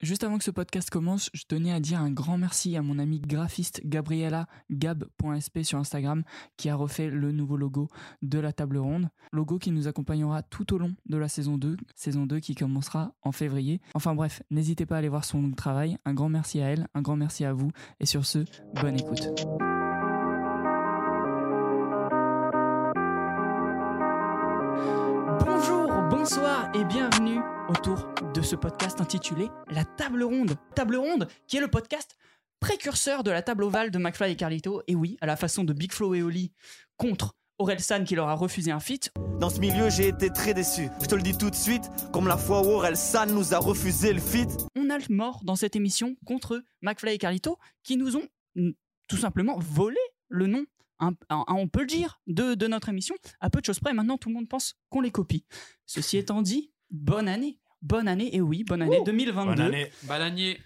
Juste avant que ce podcast commence, je tenais à dire un grand merci à mon ami graphiste Gabriella Gab.sp sur Instagram qui a refait le nouveau logo de la table ronde. Logo qui nous accompagnera tout au long de la saison 2, saison 2 qui commencera en février. Enfin bref, n'hésitez pas à aller voir son travail. Un grand merci à elle, un grand merci à vous et sur ce, bonne écoute. Bonjour, bonsoir et bienvenue autour de ce podcast intitulé La table ronde. Table ronde qui est le podcast précurseur de la table ovale de McFly et Carlito. Et oui, à la façon de Big Flo et Oli contre Aurel San qui leur a refusé un feat. Dans ce milieu, j'ai été très déçu. Je te le dis tout de suite, comme la fois où Aurel San nous a refusé le fit. On a le mort dans cette émission contre McFly et Carlito qui nous ont mm, tout simplement volé le nom. un- un- un- on peut le dire de, de notre émission à peu de choses près. Maintenant, tout le monde pense qu'on les copie. Ceci étant dit, bonne année, bonne année et oui, bonne année 2022. Balanier.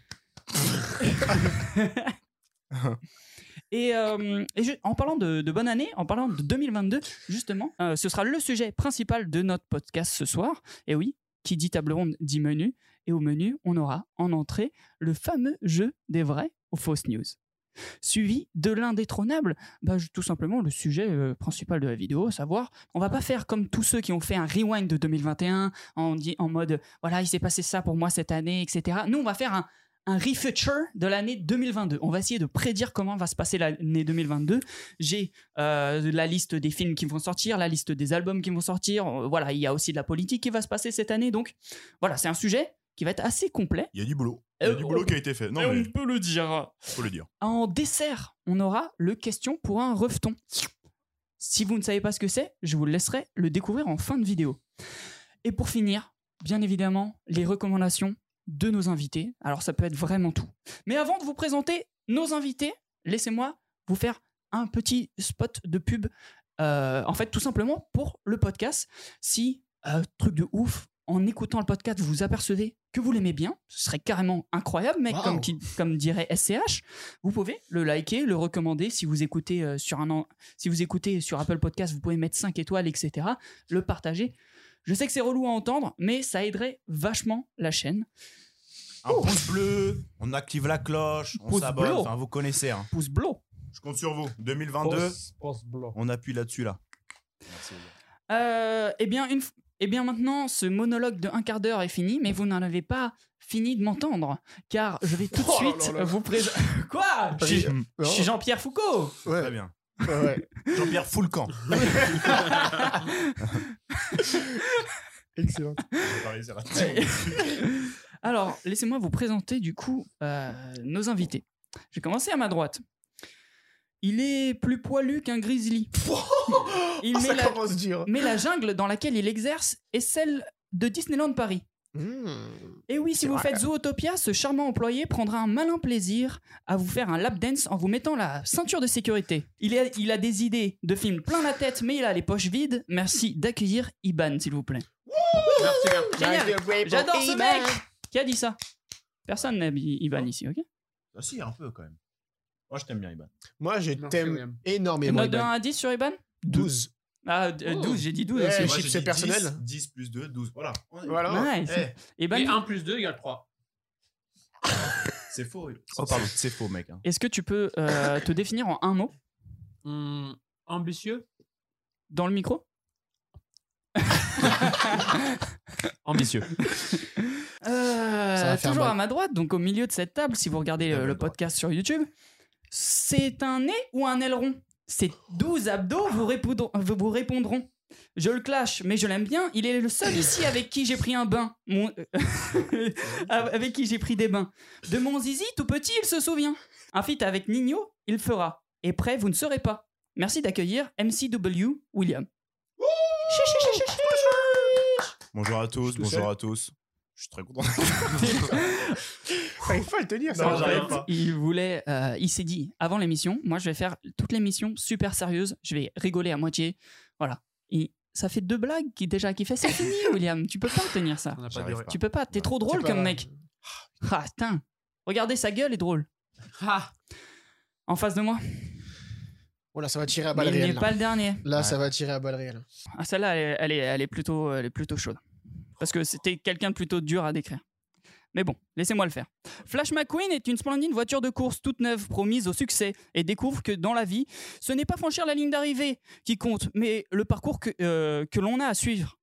Et, euh, et je- en parlant de, de bonne année, en parlant de 2022, justement, euh, ce sera le sujet principal de notre podcast ce soir. Et oui, qui dit table ronde dit menu. Et au menu, on aura en entrée le fameux jeu des vrais aux fausses news. Suivi de l'indétrônable, bah, je- tout simplement le sujet euh, principal de la vidéo, à savoir, on va pas faire comme tous ceux qui ont fait un rewind de 2021, en, dit- en mode, voilà, il s'est passé ça pour moi cette année, etc. Nous, on va faire un, un refuture de l'année 2022. On va essayer de prédire comment va se passer l'année 2022. J'ai euh, la liste des films qui vont sortir, la liste des albums qui vont sortir. Euh, Voilà, il y a aussi de la politique qui va se passer cette année. Donc voilà, c'est un sujet qui va être assez complet. Il y a du boulot. Il y a Euh, du boulot on- qui a été fait. Non, Et mais on peut le dire. faut le dire. En dessert, on aura le question pour un reveton. Si vous ne savez pas ce que c'est, je vous laisserai le découvrir en fin de vidéo. Et pour finir, bien évidemment, les recommandations de nos invités. Alors ça peut être vraiment tout. Mais avant de vous présenter nos invités, laissez-moi vous faire un petit spot de pub. euh, en fait, tout simplement pour le podcast. Si, euh, truc de ouf, en écoutant le podcast, vous vous apercevez que vous l'aimez bien, ce serait carrément incroyable, mec, Waouh. comme, qui- comme dirait SCH. Vous pouvez le liker, le recommander. Si vous écoutez euh, sur un an, si vous écoutez sur Apple Podcast, vous pouvez mettre 5 étoiles, etc. Le partager. Je sais que c'est relou à entendre, mais ça aiderait vachement la chaîne. Un pouce bleu, on active la cloche, on Pouce bleu. s'abonne, enfin vous connaissez. hein. Pouce bleu. Je compte sur vous. 2022, Oh. On appuie là-dessus là. Euh, eh bien, une f- eh bien, maintenant, ce monologue de un quart d'heure est fini, mais vous n'en avez pas fini de m'entendre, car je vais tout de Oh là suite là là. vous présenter. Quoi Je suis- je suis Jean-Pierre Foucault Ouais, Très bien. ouais. Jean-Pierre Foulcan. Excellent. Alors, laissez-moi vous présenter du coup euh, nos invités. Je vais commencer à ma droite. Il est plus poilu qu'un grizzly. il met, Ça la, commence dur. mais la jungle dans laquelle il exerce est celle de Disneyland Paris. Mmh. Et oui, si C'est vous vrai. faites Zootopia, ce charmant employé prendra un malin plaisir à vous faire un lap dance en vous mettant la ceinture de sécurité. Il, est- il a des idées de films plein la tête, mais il a les poches vides. Merci d'accueillir Iban, s'il vous plaît. Merci, bien. Génial. Nice way pour J'adore ce Iban. mec Qui a dit ça Personne n'a dit Iban ici, ok Ah, si, un peu quand même. Moi je t'aime bien, Iban. Moi, je t'aime énormément. Note de Iban. 1 à 10 sur Iban 12. Ah, d- euh, Oh. 12, j'ai dit 12 Ouais, Oh. aussi. moi, chiffre, c'est personnel. 10, 10 plus 2, 12. Voilà. On est- Voilà. Nice. Eh, Iban, Et 1 plus 2 égale 3. c'est faux. Oh pardon, c'est faux mec. hein. est-ce que tu peux euh, te définir en un mot Hmm, ambitieux dans le micro Ambitieux. Euh, Ça va faire toujours mal. à ma droite, donc au milieu de cette table, si vous regardez euh, le podcast sur YouTube, c'est un nez ou un aileron C'est 12 abdos vous répondront, vous vous répondront. Je le clash, mais je l'aime bien. Il est le seul ici avec qui j'ai pris un bain. Mon- euh, avec qui j'ai pris des bains. De mon zizi, tout petit, il se souvient. Un feat avec Nino, il fera. Et prêt, vous ne serez pas. Merci d'accueillir MCW William. bonjour à tous, suis tout bonjour seul. à tous. Je suis très content. Enfin, il faut le tenir, ça. Non, En va. j'arrive fait, pas. Il voulait, euh, il s'est dit avant l'émission, moi je vais faire toute l'émission super sérieuse, je vais rigoler à moitié, voilà. Et ça fait deux blagues qui déjà qui fait c'est fini, William, tu peux pas tenir ça, On n'a pas J'arrive duré. pas. tu peux pas, t'es trop drôle C'est pas comme grave. mec. Ah putain, regardez sa gueule est drôle. Ah, En face de moi, Oh là, ça va tirer à mais balles il n'est réelles. Là, pas le dernier. Là, ça va tirer à balles réelles. Ah, celle-là, elle, est- elle est, elle est plutôt, elle est plutôt chaude, parce que c'était quelqu'un de plutôt dur à décrire. Mais bon, laissez-moi le faire. Flash McQueen est une splendide voiture de course toute neuve promise au succès et découvre que dans la vie, ce n'est pas franchir la ligne d'arrivée qui compte, mais le parcours que, euh, que l'on a à suivre.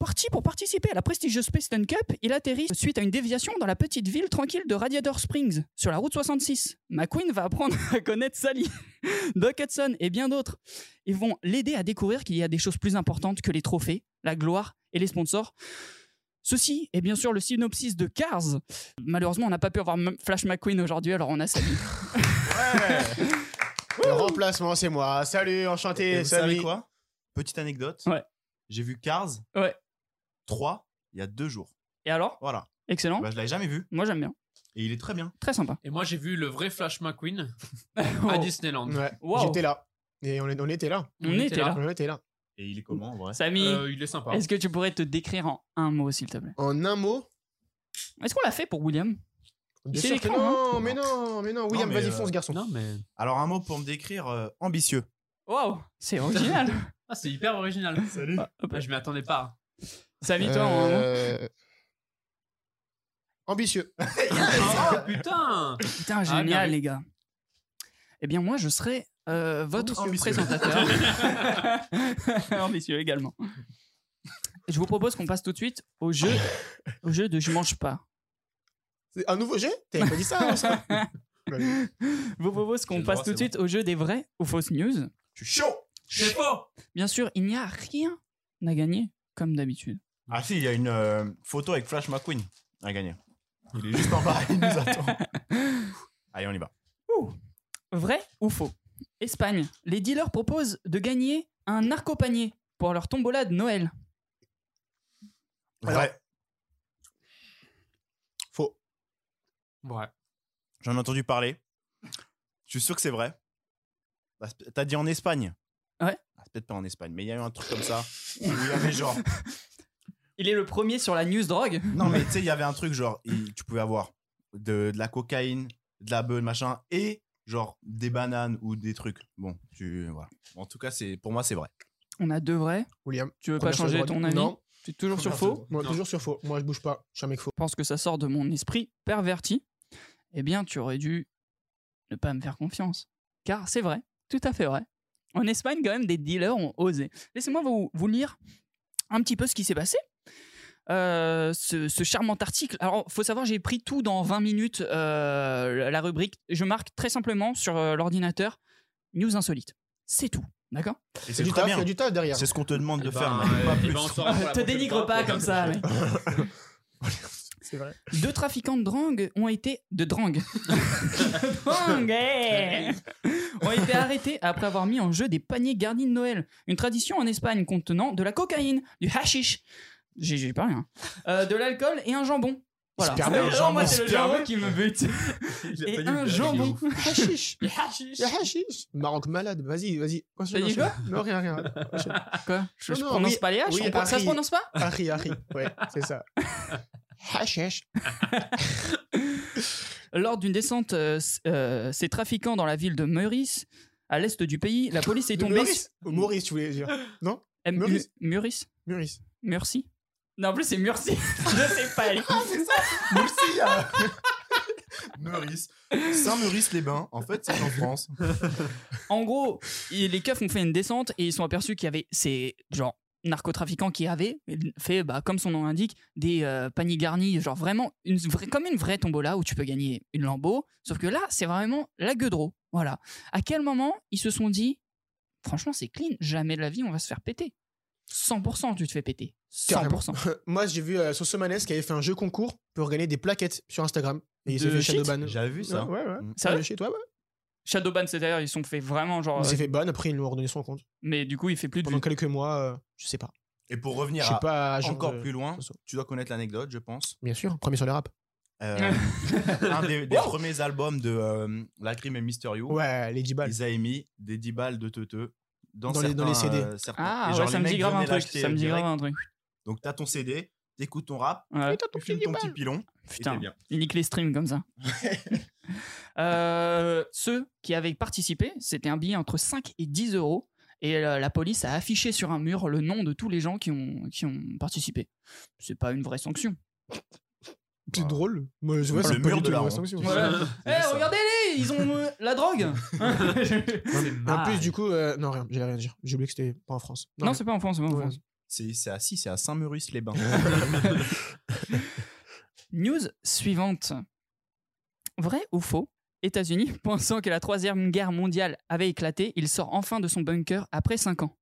Parti pour participer à la prestigieuse Payson Cup, il atterrit suite à une déviation dans la petite ville tranquille de Radiator Springs, sur la route 66. McQueen va apprendre à connaître Sally, Doc Hudson et bien d'autres. Ils vont l'aider à découvrir qu'il y a des choses plus importantes que les trophées, la gloire et les sponsors. Ceci est bien sûr le synopsis de Cars. Malheureusement, on n'a pas pu avoir M- Flash McQueen aujourd'hui, alors on a Sally. Le remplacement, c'est moi. Salut, Et enchanté. vous Salut. savez quoi Petite anecdote. Ouais. J'ai vu Cars. Ouais. 3 il y a deux jours. Et alors Voilà. Excellent. Bah, je l'avais jamais vu. Moi j'aime bien. Et il est très bien. Très sympa. Et moi, j'ai vu le vrai Flash McQueen Ah, à Disneyland. Ouais. Wow. J'étais là. Et on, est- on était là. On était là. On était là. Et il est comment en vrai Samy, Euh, il est sympa. est-ce que tu pourrais te décrire en un mot, s'il te plaît En un mot. Est-ce qu'on l'a fait pour William Bien C'est sûr que l'écran, non, mais non, mais non. William, mais, vas-y, euh, fonce, garçon. Non, mais. Alors un mot pour me décrire euh, ambitieux. Wow, c'est original. Ah, c'est hyper original. Salut. Ah, hop. Ah, je m'y attendais pas. Samy, toi, en un mot Euh, Ambitieux. oh putain Putain, Ah, génial, bien vu. les gars. Eh bien, moi, je serai euh, votre Ambitieux. présentateur. Ambitieux également. Je vous propose qu'on passe tout de suite au jeu, au jeu de Je mange pas. C'est Un nouveau jeu T'avais pas dit ça, hein, ça Je vous propose qu'on le passe droit, tout de c'est suite au jeu des vraies ou fausses news. Je suis chaud. C'est faux Bien sûr, il n'y a rien à gagner, comme d'habitude. Ah si, il y a une euh, photo avec Flash McQueen à gagner. Il est juste en bas, il nous attend. Allez, on y va. Vrai ou faux Espagne, les dealers proposent de gagner un narcopanier pour leur tombola de Noël. Ouais, Faux. Ouais. j'en ai entendu parler. Je suis sûr que c'est vrai. Bah, c'est- T'as dit en Espagne Ouais. Ah, c'est peut-être pas en Espagne, mais il y a eu un truc comme ça. où Il y avait genre. Il est le premier sur la news drogue. Non, mais tu sais, il y avait un truc genre, il- tu pouvais avoir de, de la cocaïne, de la beuh, machin, et genre des bananes ou des trucs. Bon, tu. Voilà. En tout cas, c'est pour moi, c'est vrai. On a deux vrais. William. Tu veux pas première chose changer droite. ton avis Non. Tu es toujours sur Première faux chose. Oh, Moi, Non. toujours sur faux. Moi, je bouge pas. Je suis un mec faux. pense que ça sort de mon esprit perverti, eh bien, tu aurais dû ne pas me faire confiance. Car c'est vrai, tout à fait vrai. En Espagne, quand même, des dealers ont osé. Laissez-moi vous, vous lire un petit peu ce qui s'est passé. Euh, ce, ce charmant article. Alors, faut savoir, j'ai pris tout dans 20 minutes, euh, la rubrique. Je marque très simplement sur euh, l'ordinateur News Insolite. C'est tout, d'accord Et C'est c'est du très taf, il y bien. a du taf derrière. C'est ce qu'on te demande de Eh ben, faire, mais eh pas ben, plus. on saura pour la Te prochaine dénigre fois. pas comme ça, mec. C'est vrai. Deux trafiquants de drogue ont été de drogue. De drogue, hey ont été arrêtés après avoir mis en jeu des paniers garnis de Noël, une tradition en Espagne contenant de la cocaïne, du hashish, j'ai j'ai pas rien, euh, de l'alcool et un jambon. Voilà. Il se permet un Oh, jambon, moi, il c'est se le jambon permet. qui me bute. Et un jambon. Ah, Hashish. Du hashish. Le hashish. Maroc malade. Vas-y, vas-y. T'as dit quoi Non, rien, rien. Quoi Je, je Non, non, prononce oui, pas les haches oui, on pro- Ça se Harry. prononce pas Harry, Harry. Ouais, c'est ça. Ah, Hashish. Lors d'une descente, euh, s- euh, ces trafiquants dans la ville de Meurice, à l'est du pays, la police est De tombée. Meurice Ou Maurice, tu voulais dire. Euh, Mu- Meurice. Meurice Maurice. Merci. Non, en plus, c'est Murcie. je sais pas. les- Merci à Meurice. Saint-Meurice-les-Bains, en fait, c'est en France. En gros, i- les keufs ont fait une descente et ils sont aperçus qu'il y avait ces genre narcotrafiquants qui avaient fait, bah, comme son nom l'indique, des euh, paniers garnis, genre vraiment une vraie, comme une vraie tombola où tu peux gagner une lambeau. Sauf que là, c'est vraiment la gueudreau. Voilà. À quel moment ils se sont dit, franchement, c'est clean, jamais de la vie, on va se faire péter. 100% tu te fais péter. 100%. Moi, j'ai vu euh, Sosomanes qui avait fait un jeu concours pour gagner des plaquettes sur Instagram. Et il s'est De fait shit shadowban. J'avais vu ça. Ouais, ouais. ouais. Ça va Le shit, ouais, ouais. Shadowban, c'est d'ailleurs, ils sont fait vraiment genre. Il s'est euh, fait ban, après ils lui ont redonné son compte. Mais du coup, il fait plus de Pendant vues. quelques mois, euh, je sais pas. Et pour Je revenir sais à pas. genre encore de- plus loin, Soso. tu dois connaître l'anecdote, je pense. Bien sûr, premier sur les rap. Euh, un des, des premiers albums de euh, Lacrim et Mysterio. Ouais, les 10 balles. ils avaient mis des 10 balles de teuteux dans, Dans les- dans les certains, CD. euh, certains. Ah, Et ouais, genre, ça les me dit mecs grave un venaient truc. l'acheter Ça me dit direct. grave un truc. Donc t'as ton CD, t'écoutes ton rap, Ouais. Et t'as ton tu fumes petit ton bal. petit pilon. Putain, Eh, t'es bien. il nique les streams comme ça. Euh, ceux qui avaient participé, c'était un billet entre 5 et 10 euros. Et la, la police a affiché sur un mur le nom de tous les gens qui ont, qui ont participé. C'est pas une vraie sanction. C'est drôle. Moi, je vois, Le c'est pas mur du de tout la la honte. sanction. Voilà. Eh, ça. regardez-les, ils ont euh, la drogue C'est En plus, mal. du coup, euh, non, rien, j'allais rien dire. J'ai oublié que c'était pas en France. Non, c'est pas en France, c'est pas en Ouais. France. C'est c'est à, si, c'est à Saint-Meurice-les-Bains. News suivante. Vrai ou faux États-Unis, pensant que la troisième guerre mondiale avait éclaté, il sort enfin de son bunker après 5 ans.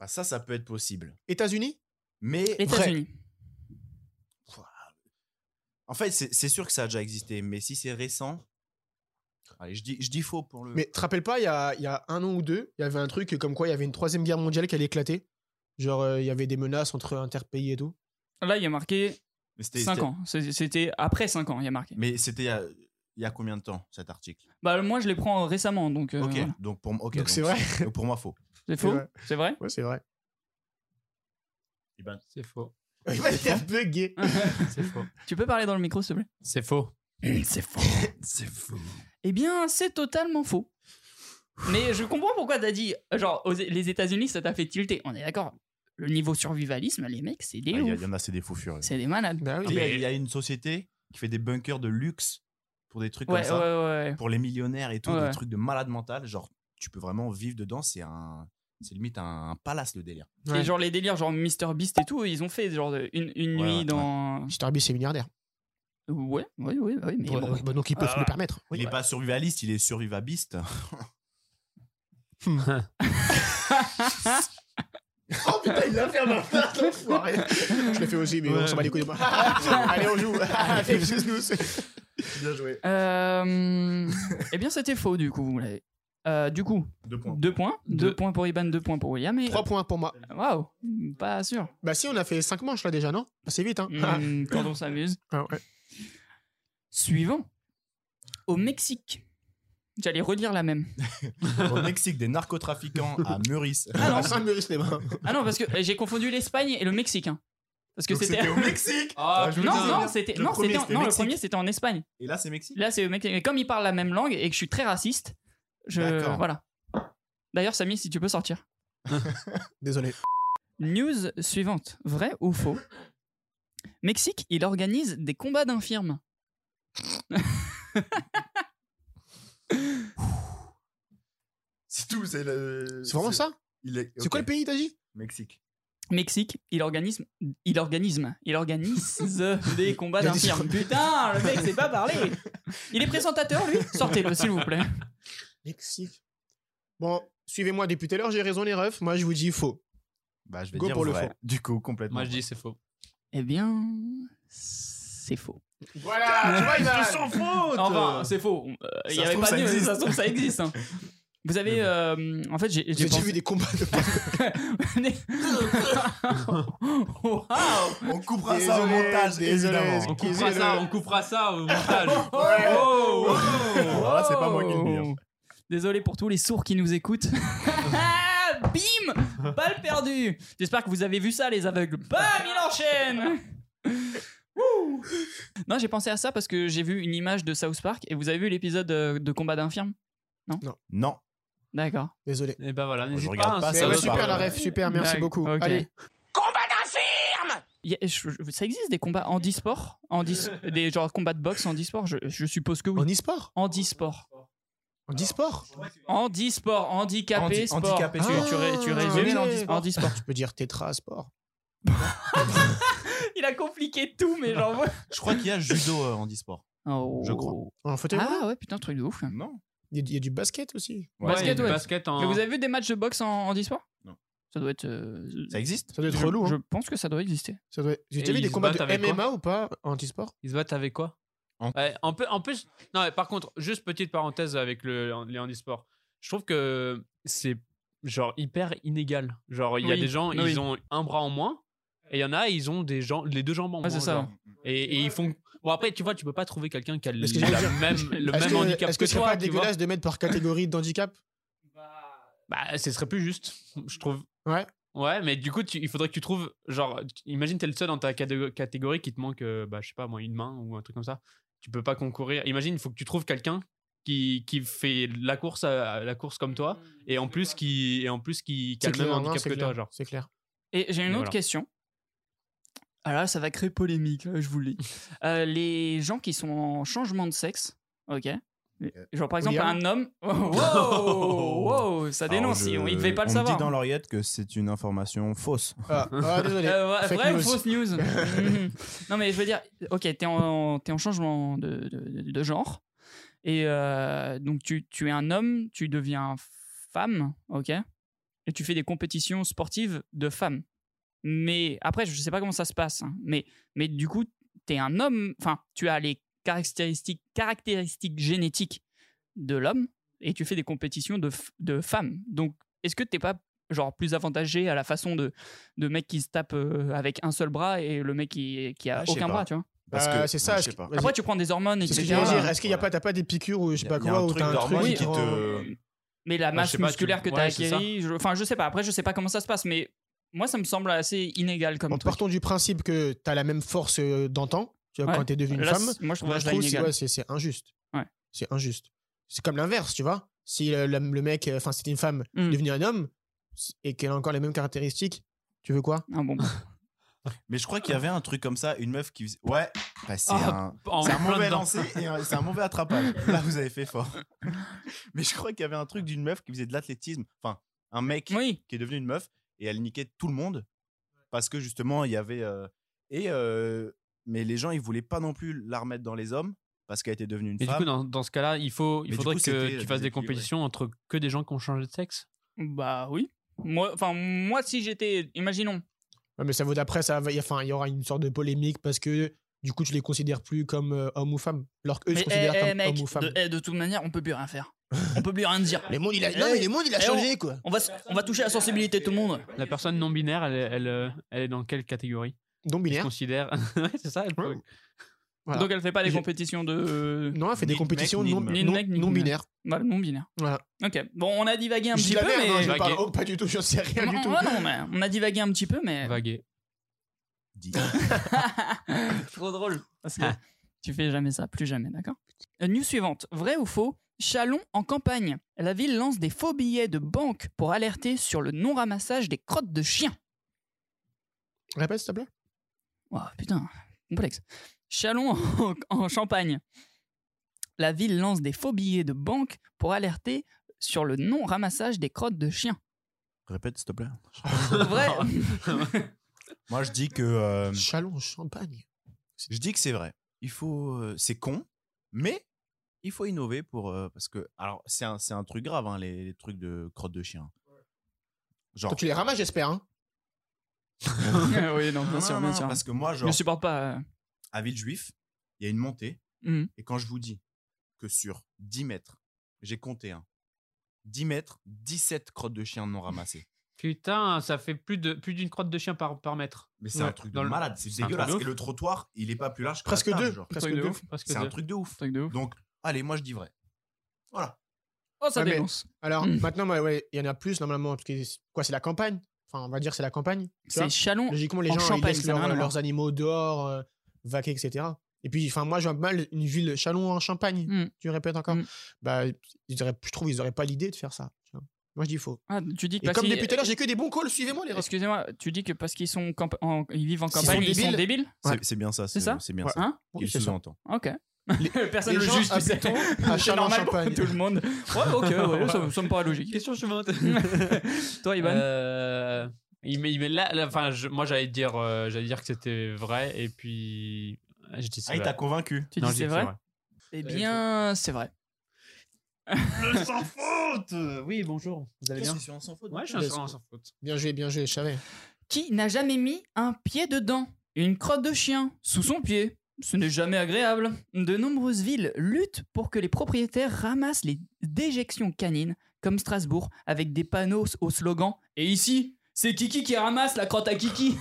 bah, ça, ça peut être possible. États-Unis Mais États-Unis. en fait, c'est c'est sûr que ça a déjà existé. Mais si c'est récent. Allez, je dis, je dis faux pour le. Mais tu te rappelles pas, il y a, il y a un an ou deux, il y avait un truc comme quoi il y avait une troisième guerre mondiale qui allait éclater. Genre, euh, il y avait des menaces entre interpays et tout. Là, il y a marqué Mais c'était- 5 c'était- ans. C'est- C'était après 5 ans, il y a marqué. Mais c'était il y a, il y a combien de temps cet article Bah, moi, je les prends récemment, donc euh, Ok, voilà. donc pour, m- ok, Donc, c'est donc vrai. donc pour moi, faux. c'est faux. vrai. C'est vrai Ouais, c'est vrai. C'est faux. Il a bugué. C'est faux. Tu peux parler dans le micro, s'il te C'est faux. plaît C'est faux. C'est faux. Eh bien, c'est totalement faux. Mais je comprends pourquoi t'as dit, genre, aux- les États-Unis, ça t'a fait tilter. On est d'accord. Le niveau survivalisme, les mecs, c'est des Ah, Il y, a- ouf. y en a, c'est des faux furieux. C'est des malades. Bah Tu oui. sais, Ah Il y, a- il y a une société qui fait des bunkers de luxe pour des trucs Ouais, comme ça, ouais, ouais. pour les millionnaires et tout, Ouais. des trucs de malade mental. Genre, tu peux vraiment vivre dedans. C'est un, c'est limite un, palace le délire. Et Ouais. genre les délires, genre Mr Beast et tout, ils ont fait genre de- une, une Ouais, nuit ouais, dans. Mr. Beast, c'est milliardaire. Ouais, oui, oui, oui, mais Ouais, bon. bah donc, ils peuvent Ah. le permettre. il est pas survivaliste, il est survivabiste. Ah, Oh putain, il l'a fait à ma place, l'enfoiré. Je l'ai fait aussi, mais on s'en bat les couilles de moi. Allez, on joue. Allez, juste nous. Bien joué. Euh, eh bien, c'était faux du coup. vous l'avez. Euh, du coup, Deux points. deux points, deux Deux. points pour Iban, deux points pour William. Et 3 points pour moi. waouh, pas sûr. Bah si, on a fait 5 manches là déjà, non bah, C'est vite, hein. Hmm, quand on s'amuse. Ah, ouais. Suivant, au Mexique. J'allais relire la même. Au Mexique, des narcotrafiquants à Meurice. Ah non, 5 mérite les mains. Ah non, parce que euh, j'ai confondu l'Espagne et le Mexique. hein. Parce que Donc c'était. c'était au Mexique. Ah, je vous Non, le dis. euh, non, c'était. Le Non, premier, c'était en- c'était non, le Mexique. premier c'était en Espagne. Et là, c'est Mexique. Là, c'est le mec. Mais comme ils parlent la même langue et que je suis très raciste, je. D'accord. Voilà. D'ailleurs, Samy, si tu peux sortir. Désolé. News suivante. Vrai ou faux Mexique, il organise des combats d'infirmes. C'est tout. C'est le. C'est vraiment ça il est- C'est quoi le ok, pays, t'as dit Mexique. Mexique, il organise. Il organise. Il organise des combats Il a dit d'infirmes. Putain, le mec sait pas parler. Il est présentateur, lui Sortez-le, s'il vous plaît. Mexique. Bon, suivez-moi depuis tout à l'heure, j'ai raison les refs. Moi, je vous dis faux. Bah, je vais Go dire pour le vrai. faux. Du coup, complètement. Moi, je dis c'est faux. Eh bien. C'est faux. Voilà, Ah, tu vois, il a... faute. Enfin, c'est faux. Euh, Il y se avait trouve, pas ça mieux, existe. ça se trouve, ça existe. hein. Vous avez. euh, en fait, j'ai j'ai J'ai déjà pensé- vu des combats de Oh, Waouh On coupera ça au Désolé, montage, désolé, évidemment. On Excusez coupera, ça, le- on coupera ça au montage. Oh Voilà, c'est pas moi qui le dis, hein. Désolé pour tous les sourds qui nous écoutent. Bim Balle perdue J'espère que vous avez vu ça, les aveugles. Bam Il enchaîne Wouh Non, j'ai pensé à ça parce que j'ai vu une image de South Park et vous avez vu l'épisode euh, de combat d'infirme Non. D'accord. Désolé. Et ben voilà, n'hésite regarde pas. pas hein, ça, ça Mais ouais, va super, pas. super la ref, super, Ah, merci Ouais, beaucoup. ok. Allez, Il y a- je- je- ça existe des combats handisport Handis- Des genre combats de boxe handisport je, je suppose que oui. en e-sport Handisport. En e-sport Handisport, handicapé, Handi- sport. handicapé, tu, sport. tu ré- tu Ah, résumes ok. l'handisport. handisport. Tu peux dire Tetra Sport. Il a compliqué tout, mais j'en Je crois qu'il y a judo euh, en e-sport. Je crois. En fauteuil roulant Oh. Ah ouais, putain, truc de ouf. Non. Il y a du- il y a du basket aussi. Ouais, Basket, du ouais. basket en. Mais vous avez vu des matchs de boxe en handisport Non. Ça doit être. euh, Ça existe Ça doit être je, relou. Je Hein. pense que ça doit exister. Ça doit... J'ai déjà Et vu ils des se combats battent de avec quoi MMA ou pas en e-sport Ils se battent avec quoi En- Ouais, en, peu- en plus, non, mais par contre, juste petite parenthèse avec le, les handisports. Je trouve que c'est genre hyper inégal. Genre, il y a Oui, des gens, oui. ils ont un bras en moins. Et il y en a, ils ont des gens, les deux jambes en Ouais, moins. c'est ça. genre. Et, et ils font. Bon, après, tu vois, tu peux pas trouver quelqu'un qui a Parce que j'allais la dire- même, le Est-ce même que- handicap Est-ce que que c'est pas toi. tu vois. dégueulasse de mettre par catégorie d'handicap Bah, ce serait plus juste, je trouve. Ouais. Ouais, mais du coup, tu- il faudrait que tu trouves. Genre, tu- imagine, t'es le seul dans ta catég- catégorie qui te manque, euh, bah, je sais pas, moi, une main ou un truc comme ça. Tu peux pas concourir. Imagine, il faut que tu trouves quelqu'un qui, qui fait la course, à- la course comme toi et en plus qui, et en plus qui, qui a C'est le même clair, non, handicap c'est que toi, clair, genre. C'est clair. Et j'ai une Mais autre voilà. question. Alors là, ça va créer polémique, là, je vous le dis. Euh, les gens qui sont en changement de sexe, ok Genre par exemple William. un homme. Wow, wow, ça dénonce, hein. Alors, je- il devait pas le on savoir. me dit dans l'oreillette que c'est une information fausse. Ah, ah, désolé. Euh, ouais, Fake vraie ou news. fausse news Mhm. Non, mais je veux dire, ok, t'es en, t'es en changement de, de- de genre. Et euh, donc, tu, tu es un homme, tu deviens femme, ok Et tu fais des compétitions sportives de femmes. Mais après, je sais pas comment ça se passe. hein, mais, mais du coup, t'es un homme, enfin, tu as les caractéristiques, caractéristiques génétiques de l'homme et tu fais des compétitions de, f- de femmes. Donc, est-ce que t'es pas genre plus avantagé à la façon de, de mec qui se tape euh, avec un seul bras et le mec qui, qui a Ah, je sais aucun pas. bras, tu vois. Parce Euh, que c'est ça. je est-ce sais que- pas. vas-y. Après, tu prends des hormones, C'est ce etc. que j'allais dire. Est-ce qu'il n'y a Voilà. pas, t'as pas des piqûres ou je sais Y a- pas y a un quoi, ou truc t'as un d'hormones truc qui pour- te- Euh, Mais la je masse sais pas, tu- musculaire que tu as ouais, c'est ça. acquérie, je- enfin, je sais pas. Après, je sais pas comment ça se passe, mais moi, ça me semble assez inégal comme Bon, truc. partons du principe que t'as la même force euh, d'antan, tu vois, Ouais. quand t'es devenu une Là, femme. c'est- moi, je trouve Moi, je ça trouve c'est inégal. ouais, c'est- c'est injuste. Ouais. C'est injuste. C'est comme l'inverse, tu vois. Si le, le- le mec, euh, enfin, c'était une femme Mm. devenue un homme c- et qu'elle a encore les mêmes caractéristiques, tu veux quoi Ah, bon. Mais je crois qu'il y avait un truc comme ça, une meuf qui faisait- Ouais, bah, c'est Ah, un. En C'est un plein mauvais dedans. lancer et un- c'est un mauvais attrapage. Là, vous avez fait fort. Mais je crois qu'il y avait un truc d'une meuf qui faisait de l'athlétisme. Enfin, un mec Oui, qui est devenu une meuf et elle niquait tout le monde parce que justement, il y avait. euh, Et, euh, Mais les gens, ils voulaient pas non plus la remettre dans les hommes parce qu'elle était devenue une Mais du femme. coup, dans, dans ce cas-là, il, faut, il Mais du faudrait coup, c'était, que euh, tu fasses des déséquilibré. compétitions entre que des gens qui ont changé de sexe. bah oui. Moi, enfin, moi, si j'étais, imaginons, Ouais, Mais ça vaut d'après, ça va- y a- enfin, il y aura une sorte de polémique parce que du coup, tu les considères plus comme euh, hommes ou femmes, alors qu'eux, ils mais se considèrent eh, eh, comme mec, hommes ou femmes. de, eh, de toute manière, on peut plus rien faire. On peut plus rien dire. Les mondes, il a... Non, Eh, mais les mondes, il a eh, changé, quoi. On va, s- on va toucher la sensibilité de tout le monde. La personne non binaire, elle, est- elle, euh, elle est dans quelle catégorie Donc Elle se binaire. considère. Ouais, c'est ça. elle peut- Voilà. Donc, elle fait pas des J'ai- compétitions de. Non, elle fait des Ni- compétitions mec, ni non, de meuf. non- Ni de mec, ni de non meuf. binaires. Bah, non binaire. Voilà. Ok. Bon, on a divagué un Je petit dis peu, la merde, hein, mais. je Vaguer. parle oh, pas du tout, je sais rien Non, du tout. ouais, non, mais on a divagué un petit peu, mais. Vaguer. Dis- Trop drôle. Parce que Ah. tu fais jamais ça, plus jamais, d'accord Euh, News suivante. Vrai ou faux Chalon en campagne. La ville lance des faux billets de banque pour alerter sur le non-ramassage des crottes de chiens. Répète, s'il te plaît. Oh, putain, complexe. Chalon en, en Champagne. La ville lance des faux billets de banque pour alerter sur le non-ramassage des crottes de chiens. Répète, s'il te plaît. Vrai Moi, je dis que. euh, Chalon, champagne. Je dis que c'est vrai. Il faut, euh, c'est con, mais il faut innover pour euh, parce que alors c'est un, c'est un truc grave hein, les, les trucs de crotte de chien. Genre Toi, tu les ramasses, j'espère. Hein. Oui, non, Non, bien non, sûr, non, bien non, sûr. parce que moi Je genre ne supporte pas. euh, à Villejuif, il y a une montée hmm. et quand je vous dis que sur 10 mètres, j'ai compté un 10 mètres, 17 crottes de chien non ramassées. Putain, ça fait plus de plus d'une crotte de chien par, par mètre. Mais c'est Ouais. un truc de Dans le- malade, c'est c'est un truc de dégueulasse ouf. et le trottoir, il est pas plus large que la Presque table, deux. genre. Presque Truc de deux. ouf, presque C'est un deux. truc de ouf. Truc de ouf. Donc allez, moi je dis vrai. Oh, ça Ouais, mais- dénonce. Alors Mm. maintenant, moi, ouais, il y en a plus normalement. parce que c'est- quoi, c'est la campagne Enfin, on va dire c'est la campagne. tu vois. C'est Chalon Logiquement, les en gens ils Champagne, laissent ça n'a leurs- rien à voir. leurs animaux dehors, euh, vaquer, etc. Et puis, enfin, moi, je vois mal une ville Chalon en Champagne. Mm. Tu répètes encore Mm. Bah, ils auraient- je trouve ils n'auraient pas l'idée de faire ça. tu vois. Moi, je dis faux. Ah, tu dis que Et parce comme qu'ils- depuis tout à l'heure, j'ai que des bons calls. Suivez-moi, les restes. Excusez-moi, tu dis que parce qu'ils sont camp- en- ils vivent en S'ils campagne, sont ils sont débiles Ouais. C'est- C'est bien ça, C'est ça c'est bien Ouais. ça. Hein Il sous-entend. Ok. Personne Les le gens juge, tu sais. habitons à C'est Chalon en normal pour Champagne. tout le monde. Ouais, ok, ouais, ça, ça me paraît logique. Question suivante. Toi, Ivan Euh, il met, il met là, là, enfin, je- moi j'allais dire, euh, j'allais dire que c'était vrai et puis ah, j'ai dit c'est Ah, il vrai. t'a convaincu. Tu Non, dis j'ai c'est dit vrai Eh bien, c'est vrai. Sans faute. euh, Oui, bonjour. Vous allez bien Ouais, je suis Parce sans, que- sans faute. Bien joué, bien joué, je savais. Qui n'a jamais mis un pied dedans Une crotte de chien sous son pied ce n'est jamais agréable. De nombreuses villes luttent pour que les propriétaires ramassent les déjections canines, comme Strasbourg, avec des panneaux au slogan Et ici, c'est Kiki qui ramasse la crotte à Kiki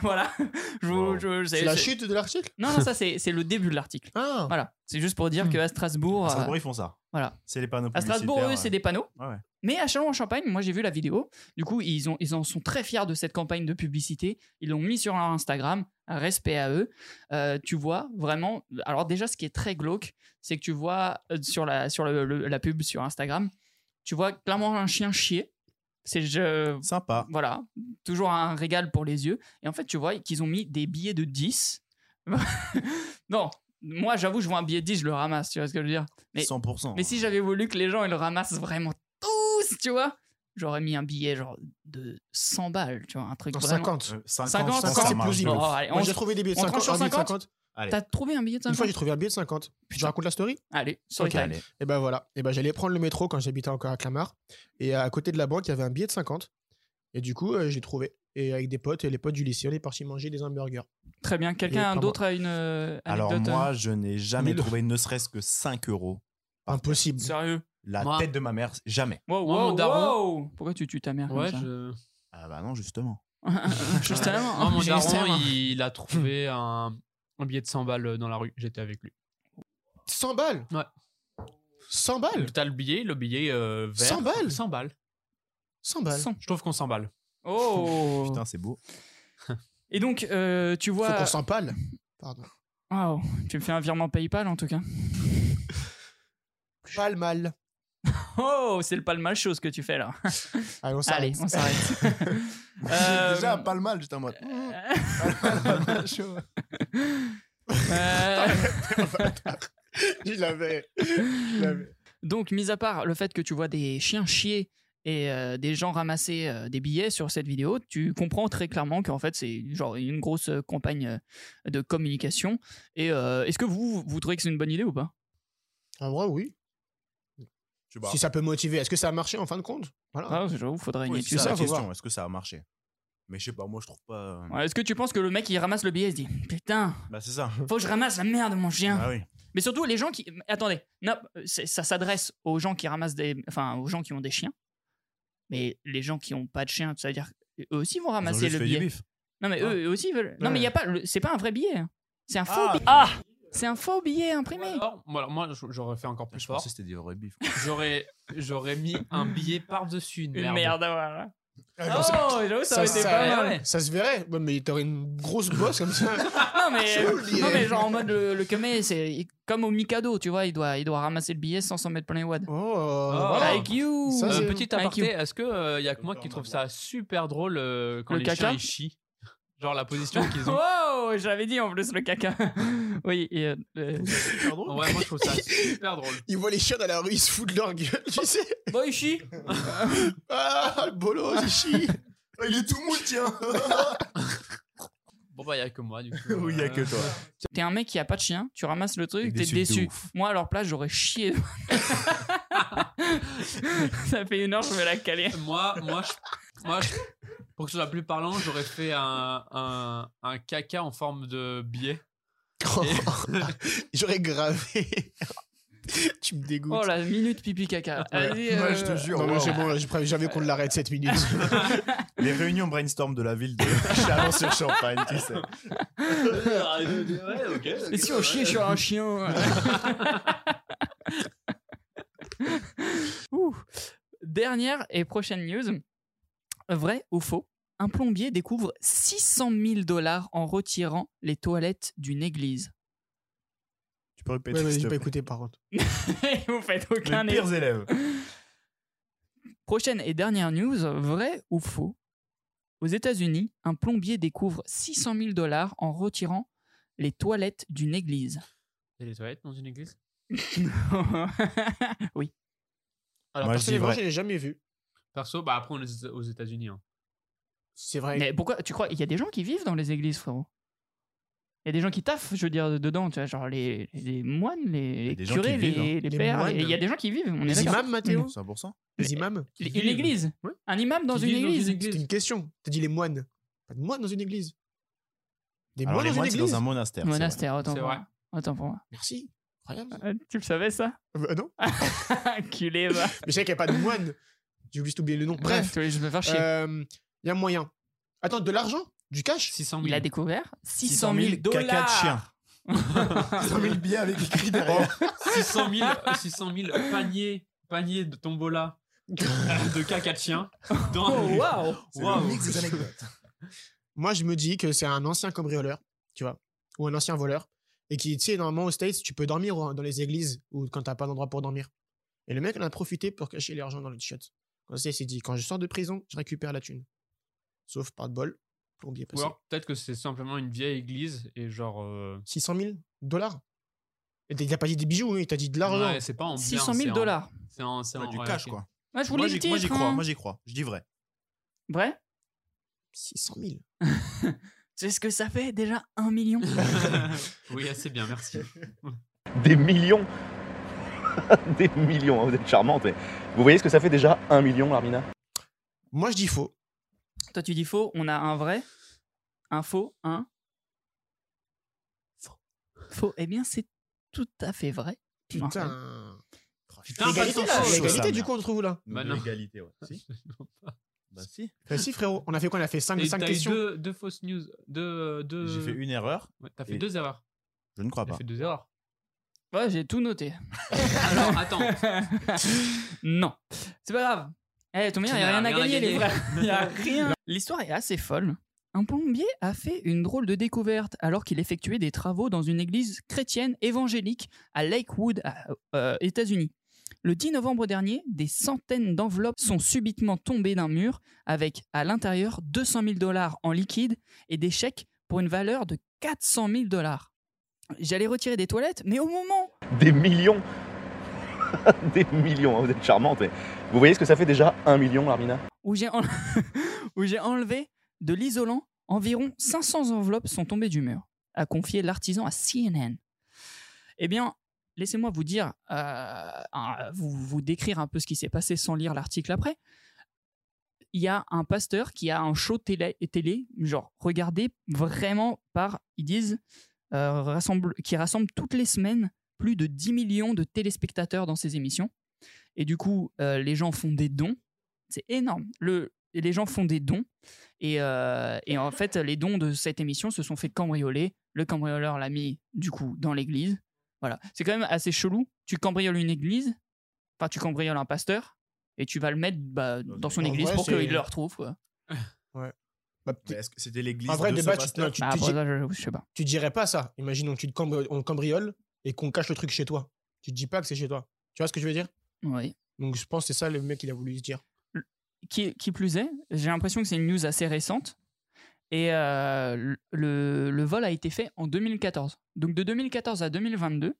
Voilà. Je, vous- Wow. je- C'est la chute de l'article Non, non, ça, c'est c'est le début de l'article. Ah Voilà. C'est juste pour dire qu'à Strasbourg. À euh, Strasbourg, Ah, ils font ça. voilà. C'est les panneaux À Strasbourg, eux, publicitaires, c'est ouais. des panneaux. Ouais, ouais. Mais à Chalon-en-Champagne, moi j'ai vu la vidéo. Du coup, ils, ont, ils en sont très fiers de cette campagne de publicité. Ils l'ont mis sur leur Instagram. Respect à eux. Euh, tu vois vraiment. Alors, déjà, ce qui est très glauque, c'est que tu vois euh, sur, la, sur le- le- la pub sur Instagram, tu vois clairement un chien chier. C'est je Sympa. voilà, toujours un régal pour les yeux. Et en fait, tu vois qu'ils ont mis des billets de 10. non, moi j'avoue, je vois un billet de 10, je le ramasse, tu vois ce que je veux dire. Mais- 100%. Mais si j'avais voulu que les gens ils le ramassent vraiment tous, tu vois, j'aurais mis un billet genre de 100 balles, tu vois, un truc Dans vraiment- 50. Euh, 50, 50, 100, encore, ça c'est marche. plausible. Bon, allez, Moi, on- j'ai trouvé des billets de on tranche 50. sur un billet de 50. 50. T'as trouvé un billet de Une 50 fois, j'ai trouvé un billet de 50. Je raconte la story Allez, sur Ok, allez. Et ben voilà. Et ben j'allais prendre le métro quand j'habitais encore à Clamart. Et à côté de la banque, il y avait un billet de 50. Et du coup, euh, je l'ai trouvé. Et avec des potes, et les potes du lycée, on est parti manger des hamburgers. Très bien. Et Quelqu'un pas moi. d'autre a une euh, Alors anecdote moi, je n'ai jamais Nul. trouvé ne serait-ce que 5 euros. euh, Impossible. Sérieux La Moi- tête de ma mère, jamais. Wow, Moi, mon wow, daron- wow. Pourquoi tu tues ta mère Ouais, comme ça Ah, je... Ah bah non, justement. Justement. Moi, Ah, mon daron, Justement. il, il a trouvé un, un billet de 100 balles euh, dans la rue. J'étais avec lui. 100 balles Ouais. 100 Ah, balles T'as le billet, le billet euh, vert. 100 balles 100 balles. 100 balles. Son. Je trouve qu'on s'emballe. Oh Putain, c'est beau. Et donc, euh, tu Faut vois. qu'on s'empale. Pardon. Waouh, tu me fais un virement PayPal en tout cas. Pas le mal. Oh, c'est le pas le mal chose que tu fais là. Allez, on Allez, s'arrête. on s'arrête. Euh, Déjà, pas le mal, j'étais en mode. euh, Je l'avais. Je l'avais. donc, mis à part le fait que tu vois des chiens chier et euh, des gens ramasser euh, des billets sur cette vidéo, tu comprends très clairement qu'en fait c'est genre une grosse euh, campagne euh, de communication. Et euh, est-ce que vous, vous trouvez que c'est une bonne idée ou pas En vrai, oui. Je sais pas. Si ça peut motiver. Est-ce que ça a marché en fin de compte Voilà. ah, J'avoue, faudrait une Oui, c'est étude. ça la faut voir. question. Est-ce que ça a marché Mais je sais pas, moi je trouve pas. euh, Ouais, Est-ce que tu penses que le mec il ramasse le billet et se dit Putain, Bah c'est ça. faut que je ramasse la merde de mon chien Ah oui. Mais surtout, les gens qui. Attendez, non, c'est- ça s'adresse aux gens qui ramassent des. Enfin, aux gens qui ont des chiens. Mais les gens qui n'ont pas de chien, c'est-à-dire. Eux aussi vont Ils ont ramasser juste Ah, bah, le fait du billet. bif. Non, mais eux, eux aussi ils veulent. Non, Ouais. mais il y a pas. le- C'est pas un vrai billet. hein. C'est un faux Ah. billet. Ah C'est un faux billet imprimé. Alors, moi, alors, moi, j'aurais fait encore plus Je fort. pensais que c'était des vrais bifs. J'aurais, j'aurais mis un billet par-dessus une, Une merde à voir. Ah, non, ça- Oh, j'avoue, ça ça, aurait été ça- pas mal. ça se verrait. Ouais, mais t'aurais une grosse bosse comme ça. Ah, Non, mais, C'est oublié. non, mais genre en mode le, le camé, c'est il- comme au Mikado, tu vois, il doit, il doit ramasser le billet sans s'en mettre plein les wads. Oh, voilà. Like you Ça, Euh, c'est- petit Thank aparté, you. est-ce que euh, y a que moi qui trouve ça super drôle euh, quand Le les caca chiens ils chient Genre la position qu'ils ont. Wow, Oh, j'avais dit en plus le caca. oui, et, euh, euh, Ouais, moi je trouve ça super drôle. Ils voient les chiens dans la rue, ils se foutent de leur gueule, tu sais. Bon, il chie. Ah, le bolo, il chie. Il est tout mou, tiens. Bon bah y a que moi du coup. Oui, y a euh, que toi. T'es un mec qui a pas de chien, tu ramasses le T'es truc, t'es déçu de déçu. ouf. Moi, à leur place, j'aurais chié. Ça fait une heure, je vais la caler. Moi, moi, je- moi je- pour que ce soit plus parlant, j'aurais fait un, un, un caca en forme de billet. J'aurais gravé. tu me dégoûtes. Oh la minute pipi caca. Vas-y, euh, Non, moi, j'ai- bon, j'ai prévu- j'avais qu'on l'arrête cette minute. Les réunions brainstorm de la ville de Chalon-sur-Champagne, tu sais. Et si on chie sur un chien Ouh. Dernière et prochaine news. Vrai ou faux Un plombier découvre 600 000 dollars en retirant les toilettes d'une église. Tu peux répéter Ouais, bah, mais s'il j'ai te pas plaît. écouté par contre. Vous faites aucun Les pires élèves. Prochaine et dernière news, vrai ou faux Aux États-Unis, un plombier découvre 600 000 dollars en retirant les toilettes d'une église. Et les toilettes dans une église oui. Alors Moi, je perso, dis Personnellement, vrai. je l'ai jamais vu. perso, bah après on est aux États-Unis. hein. C'est vrai. Mais pourquoi Tu crois Il y a des gens qui vivent dans les églises, frérot. Il y a des gens qui taffent, je veux dire, dedans, tu vois, genre les, les moines, les, les des gens qui curés, les, vivent, hein. les Les pères. moines. et Il y a des gens qui vivent, on est les d'accord. imams, Mathéo 100%. Les imams Les- Qui Une vivent. église Ouais. Un imam dans Qui une vivent église C'est une question. T'as dit les moines. Pas de moines dans une église. Des Alors moines les dans une moines, c'est église. dans un monastère. c'est vrai. Monastère, autant C'est pour vrai. moi. Autant pour moi. Merci. Incroyable. Euh, Tu le savais ça Bah, non. Culé, va. Mais je savais qu'il n'y a pas de moines. J'ai oublié d'oublier le nom. Bref, Euh, je vais faire il chier. y a moyen. Attends, de l'argent Du cash 600 000. Il a découvert 600 000 dollars. Caca de chien. Ils ont mis le billet avec écrit derrière. 600 000, euh, 600 000 paniers, paniers de tombola euh, de caca de chien. Dans... Oh, waouh Waouh. Moi, je me dis que c'est un ancien cambrioleur, tu vois, ou un ancien voleur, et qui, tu sais, normalement aux States, tu peux dormir au- dans les églises ou quand t'as pas d'endroit pour dormir. Et le mec en a profité pour cacher l'argent dans le t-shirt. Comme ça, il s'est dit, quand je sors de prison, je récupère la thune. Sauf par de bol, plombier Ou passé. alors, peut-être que c'est simplement une vieille église et genre. euh, 600 000 dollars Et t'as- Il a pas dit des bijoux, hein, il t'a dit de l'argent. ouais, c'est pas en biens, 600 c'est 000 en- dollars. C'est en. c'est Ouais, en- du ouais, cash, ok. quoi. Ouais, je vous Moi, l'ai j'y dit. moi, j'y hein. crois, moi, j'y crois. Je dis vrai. Vrai 600 000. C'est ce que ça fait déjà un million. oui, assez bien, merci. Des millions Des millions, hein, vous êtes charmante. Mais vous voyez ce que ça fait déjà Un million, Larmina Moi, je dis faux. Toi, tu dis faux, on a un vrai, un faux, un. Faux. Faux. Eh bien, c'est tout à fait vrai. Je me rappelle. Putain. Putain, L'égalité, pas de là, faux. l'égalité, Ça, du coup, on trouve où, là Bah Double non. égalité, ouais. Si Bah si. Bah si, frérot, on a fait quoi On a fait Ah, 5, Et T'as eu questions deux, deux fausses news. Deux, deux... J'ai fait une erreur. Ouais, T'as fait et- Ah bah. deux erreurs. Je ne crois T'as pas. fait deux erreurs. Ouais, j'ai tout noté. Alors, attends. non, c'est pas grave. Eh, ton bien, il n'y a rien à gagner, les frères. Il a rien. L'histoire est assez folle. Un plombier a fait une drôle de découverte alors qu'il effectuait des travaux dans une église chrétienne évangélique à Lakewood, à- euh, États-Unis. Le 10 novembre dernier, des centaines d'enveloppes sont subitement tombées d'un mur avec à l'intérieur 200 000 dollars en liquide et des chèques pour une valeur de 400 000 dollars. J'allais retirer des toilettes, mais au moment Des millions Des millions, hein, vous êtes charmante. Mais vous voyez ce que ça fait déjà Un million, Larmina où j'ai en- où j'ai enlevé de l'isolant, environ 500 enveloppes sont tombées du mur, a confié l'artisan à CNN. Eh bien, laissez-moi vous dire, euh, un- vous, vous décrire un peu ce qui s'est passé sans lire l'article après. Il y a un pasteur qui a un show télé, télé genre regardé vraiment par, ils disent, euh, rassemble, qui rassemble toutes les semaines plus de 10 millions de téléspectateurs dans ses émissions. Et du coup, euh, les gens font des dons c'est énorme. Le, et les gens font des dons. Et, euh, et en fait, les dons de cette émission se sont fait cambrioler. Le cambrioleur l'a mis, du coup, dans l'église. Voilà. C'est quand même assez chelou. Tu cambrioles une église, enfin, tu cambrioles un pasteur, et tu vas le mettre bah, dans son En église vrai, pour c'est- qu'il le retrouve. Quoi. Bah, peut- Mais Est-ce que c'était l'église En vrai, de débat, ce tu, pasteur non, tu- Bah, tu après, dis- ça, je, je sais pas. tu dirais pas ça. Imaginons, tu te cambri- on te cambriole et qu'on cache le truc chez toi. Tu te dis pas que c'est chez toi. Tu vois ce que je veux dire Oui. Donc, je pense que c'est ça le mec, il a voulu se dire. Qui, qui plus est, j'ai l'impression que c'est une news assez récente. Et euh, le, le vol a été fait en 2014. Donc de 2014 à 2022,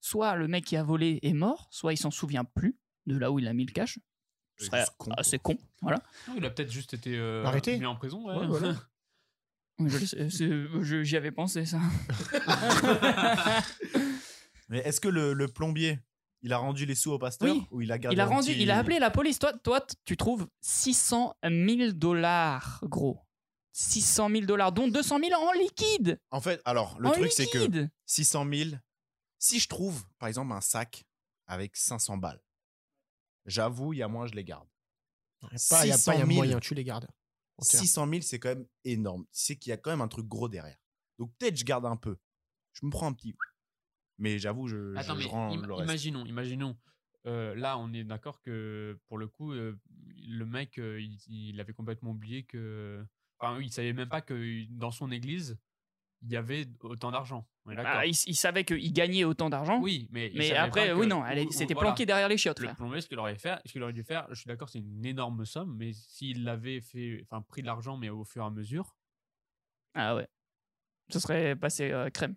soit le mec qui a volé est mort, soit il s'en souvient plus de là où il a mis le cash. Ce C'est serait juste con, assez con. Voilà. Non, il a peut-être juste été euh, Arrêté. mis en prison. Ouais. Ouais, voilà. Je le sais, c'est- je- J'y avais pensé ça. Mais est-ce que le, le plombier, il a rendu les sous au pasteur Oui. ou il a gardé Il a un rendu, petit- il a appelé la police. Toi, toi, t- tu trouves 600 000 dollars, gros. 600 000 dollars, dont 200 000 en liquide. En fait, alors, le en truc, c'est que liquide. 600 000, si je trouve, par exemple, un sac avec 500 balles, j'avoue, il y a moins, je les garde. Il n'y a 600 pas y a 000. moyen, tu les gardes. On te- 600 000, c'est quand même énorme. C'est qu'il y a quand même un truc gros derrière. Donc peut-être je garde un peu. Je me prends un petit. Mais j'avoue, je, je- Attends, je mais rends im- le reste. imaginons, imaginons. euh, là, on est d'accord que pour le coup, euh, le mec, euh, il, il avait complètement oublié que. Enfin, il savait même pas que dans son église, il y avait autant d'argent. On est d'accord. Ah, il, il savait qu'il gagnait autant d'argent. Oui, mais. il Mais savait après, pas que- oui, non, elle est- ou- ou- c'était voilà. planqué derrière les chiottes. Le frère. plombier, ce qu'il aurait, fait- ce qu'il aurait dû faire, je suis d'accord, c'est une énorme somme, mais s'il l'avait fait, enfin, pris de l'argent, mais au fur et à mesure. Ah ouais. Ce serait passé euh, crème.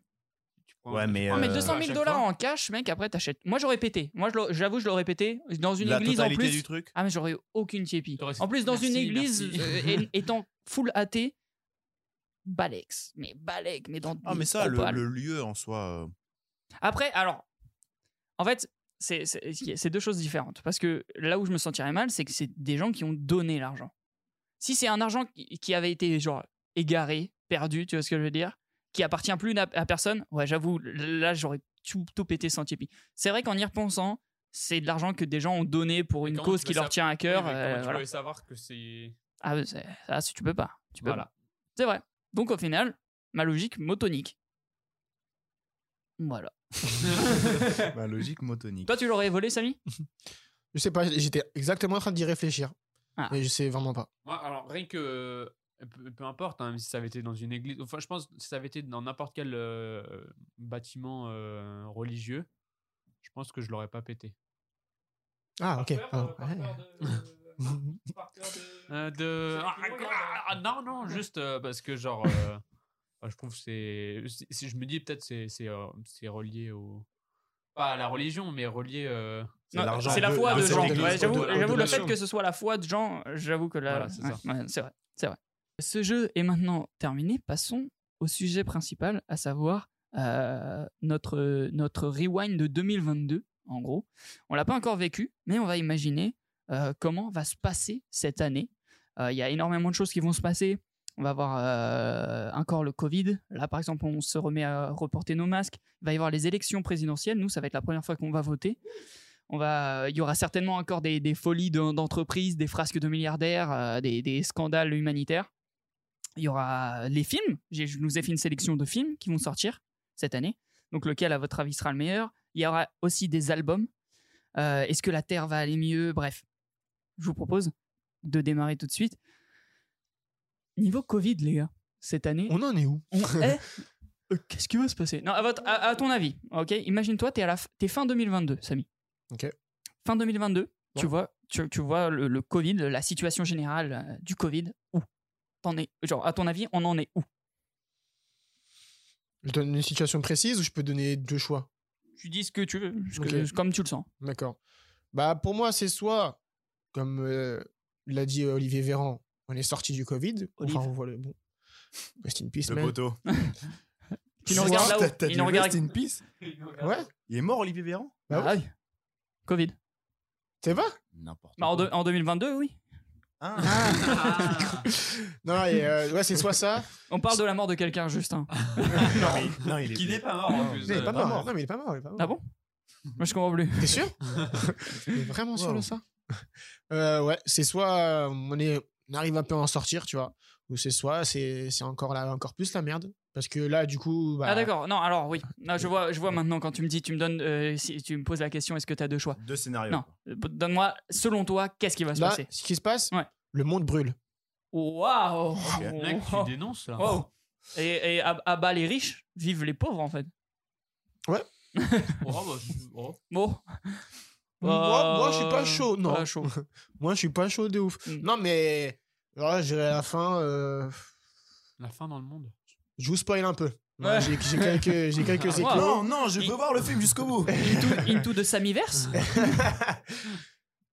tu prends- Ouais, mais, tu Oh, Non, prends Ah, mais Euh, 200 à 000 chaque dollars fois. en cash, mec, après t'achètes. Moi j'aurais pété. Moi je l'aurais- j'avoue, je l'aurais pété. Dans une La église en totalité plus. du truc. Ah, mais j'aurais eu aucune tiépi. T'aurais- En plus, dans Merci, une église merci. euh, é- étant full athée, Balex. Mais Balex, mais dans. Ah, mais ça, le, propales. le lieu en soi. euh, Après, alors, en fait, c'est c'est- c'est deux choses différentes. Parce que là où je me sentirais mal, c'est que c'est des gens qui ont donné l'argent. Si c'est un argent qui, qui avait été genre égaré, perdu, tu vois ce que je veux dire, qui appartient plus à, à personne, ouais, j'avoue, là j'aurais tout, tout pété sans tipi. C'est vrai qu'en y repensant, c'est de l'argent que des gens ont donné pour Mais une comment cause tu qui veux leur savoir- tient à cœur. Oui, mais comment euh, tu voilà. voulais savoir que c'est. Ah, ouais, c'est- ah, si tu peux pas, tu peux Voilà. pas. C'est vrai. Donc au final, ma logique motonique. Voilà. bah, logique motonique. Toi, tu l'aurais volé, Samy Je sais pas, j'étais exactement en train d'y réfléchir. Ah. Mais je sais vraiment pas. Moi, alors, rien que. euh, Peu, peu importe, hein, si ça avait été dans une église. Enfin, je pense que si ça avait été dans n'importe quel euh, bâtiment euh, religieux, je pense que je l'aurais pas pété. Ah, ok. Ah, ouais. Euh, de... Ah, ah, ah, non, non, juste euh, parce que genre, euh, bah, je trouve que c'est, c'est- c'est- je me dis peut-être c'est c'est euh, c'est relié au pas à la religion, mais relié. euh, C'est l'argent c'est la de- foi de de, cette gens. église, Ouais, j'avoue, de- de j'avoue, le fait donation. que ce soit la foi de gens, j'avoue que là, Voilà, c'est ça. ouais, c'est vrai, c'est vrai. Ce jeu est maintenant terminé. Passons au sujet principal, à savoir euh, notre notre rewind de 2022. En gros, on l'a pas encore vécu, mais on va imaginer euh, comment va se passer cette année. Euh, Il y a énormément de choses qui vont se passer. On va avoir euh, encore le Covid. Là, par exemple, on se remet à reporter nos masques. Il va y avoir les élections présidentielles. Nous, ça va être la première fois qu'on va voter. On va, il y aura certainement encore des, des folies d'en- d'entreprises, des frasques de milliardaires, euh, des, des scandales humanitaires. Il y aura les films. J'ai- Je nous ai fait une sélection de films qui vont sortir cette année. Donc, lequel, à votre avis, sera le meilleur Il y aura aussi des albums. Euh, Est-ce que la Terre va aller mieux Bref, je vous propose de démarrer tout de suite. Niveau Covid, les gars, cette année, On en est où on est. Euh, Qu'est-ce qui va se passer Non, à, votre- à- à ton avis, ok Imagine-toi, t'es à la f- t'es fin 2022, Samy. Ok. Fin 2022, tu Ouais. vois, tu, tu vois le, le Covid, la situation générale euh, du Covid, où T'en es, genre, à ton avis, on en est où Je donne une situation précise ou je peux donner deux choix Tu dis ce que tu veux, ce que- Ok. comme tu le sens. D'accord. Bah pour moi, c'est soit, comme euh, l'a dit euh, Olivier Véran, on est sorti du Covid. Olive. Enfin, on voit le bon. Rest in peace, Le man. poteau. Tu nous nous regardes vois, là-haut. T'as- T'as il dit nous regarde Rest in Peace Ouais, Il est mort, Olivier Véran Bah Ah oui. Covid. c'est vrai. N'importe Bah, en, deux- en 2022, oui. Ah, Non, et, euh, ouais, c'est soit ça. On parle de la mort de quelqu'un, hein. Justin. non, mais- non, il est. Qui n'est pas mort en plus. Mais il est euh, pas pas mort. mort. Non, mais il est pas mort. il est pas mort. Ah bon Moi, je comprends plus. T'es sûr T'es vraiment sûr de Wow. ça Euh, Ouais, c'est soit euh, on, est, on arrive un peu à en sortir, tu vois, ou c'est soit c'est c'est encore, là, encore plus la merde. Parce que là, du coup. Bah, Ah d'accord, non, alors oui. Non, je, vois, je vois maintenant quand tu me dis, tu me donnes, euh, si tu me poses la question, est-ce que tu as deux choix Deux scénarios. Non, Euh, donne-moi, selon toi, qu'est-ce qui va se Là, passer ce qui se passe, Ouais. le monde brûle. Waouh Mec, Wow. Oh. tu dénonces là. Wow. Et, et à, à bas les riches, vivent les pauvres en fait. Oh, bah, je- oh. Bon. Moi, Euh, moi, je suis pas chaud, non. pas chaud. Moi, je suis pas chaud de ouf. Mm. Non, mais là, j'irai à la fin. euh, La fin dans le monde. Je vous spoil un peu. Ouais. Ouais, J'ai j'ai quelques, j'ai quelques Ah, échos. wow. Non, non, je Il- veux voir le film jusqu'au bout. Into, into the Samiverse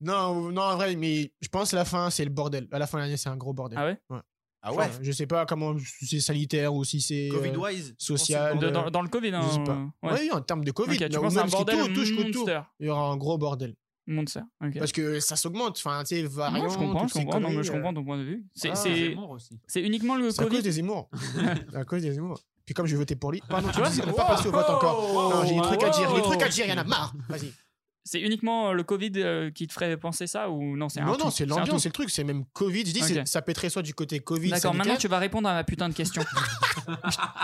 Non, non, en vrai, mais je pense que la fin, c'est le bordel. À la fin de l'année, c'est un gros bordel. Ah ouais Ah ouais Enfin, Je sais pas comment si c'est sanitaire ou si c'est. euh, Covid-wise. social. on sait De- pas. dans, dans le Covid. hein, je sais pas. ouais. Ouais, oui, en termes de Covid. Ok, tu là, ou penses à un même ce qui bordel tourne, touche que tourne, Bah, monster. il y aura un gros bordel. Monster. ok. Parce que ça s'augmente. Enfin, tu sais, variant. Non, je comprends, toutes je ces comprends, non, mais conneries, je euh, comprends ton point de vue. C'est Ah, c'est- C'est mort aussi. c'est uniquement le C'est à Covid cause des Zemmour. C'est à cause des Zemmour. Puis comme je votais pour lui. Pardon, tu vois, vois on n'est pas passé au vote encore. Oh, Non, j'ai des trucs à dire, j'ai des oh, trucs à wow. dire, il y en a marre. Vas-y. C'est uniquement euh, le Covid euh, qui te ferait penser ça ou non c'est un Non, non, tout, c'est un l'ambiance, tout. c'est le truc, c'est même Covid. Je dis, c'est- Ok. ça pèterait soit du côté Covid. D'accord, maintenant sanitaire. tu vas répondre à ma putain de question.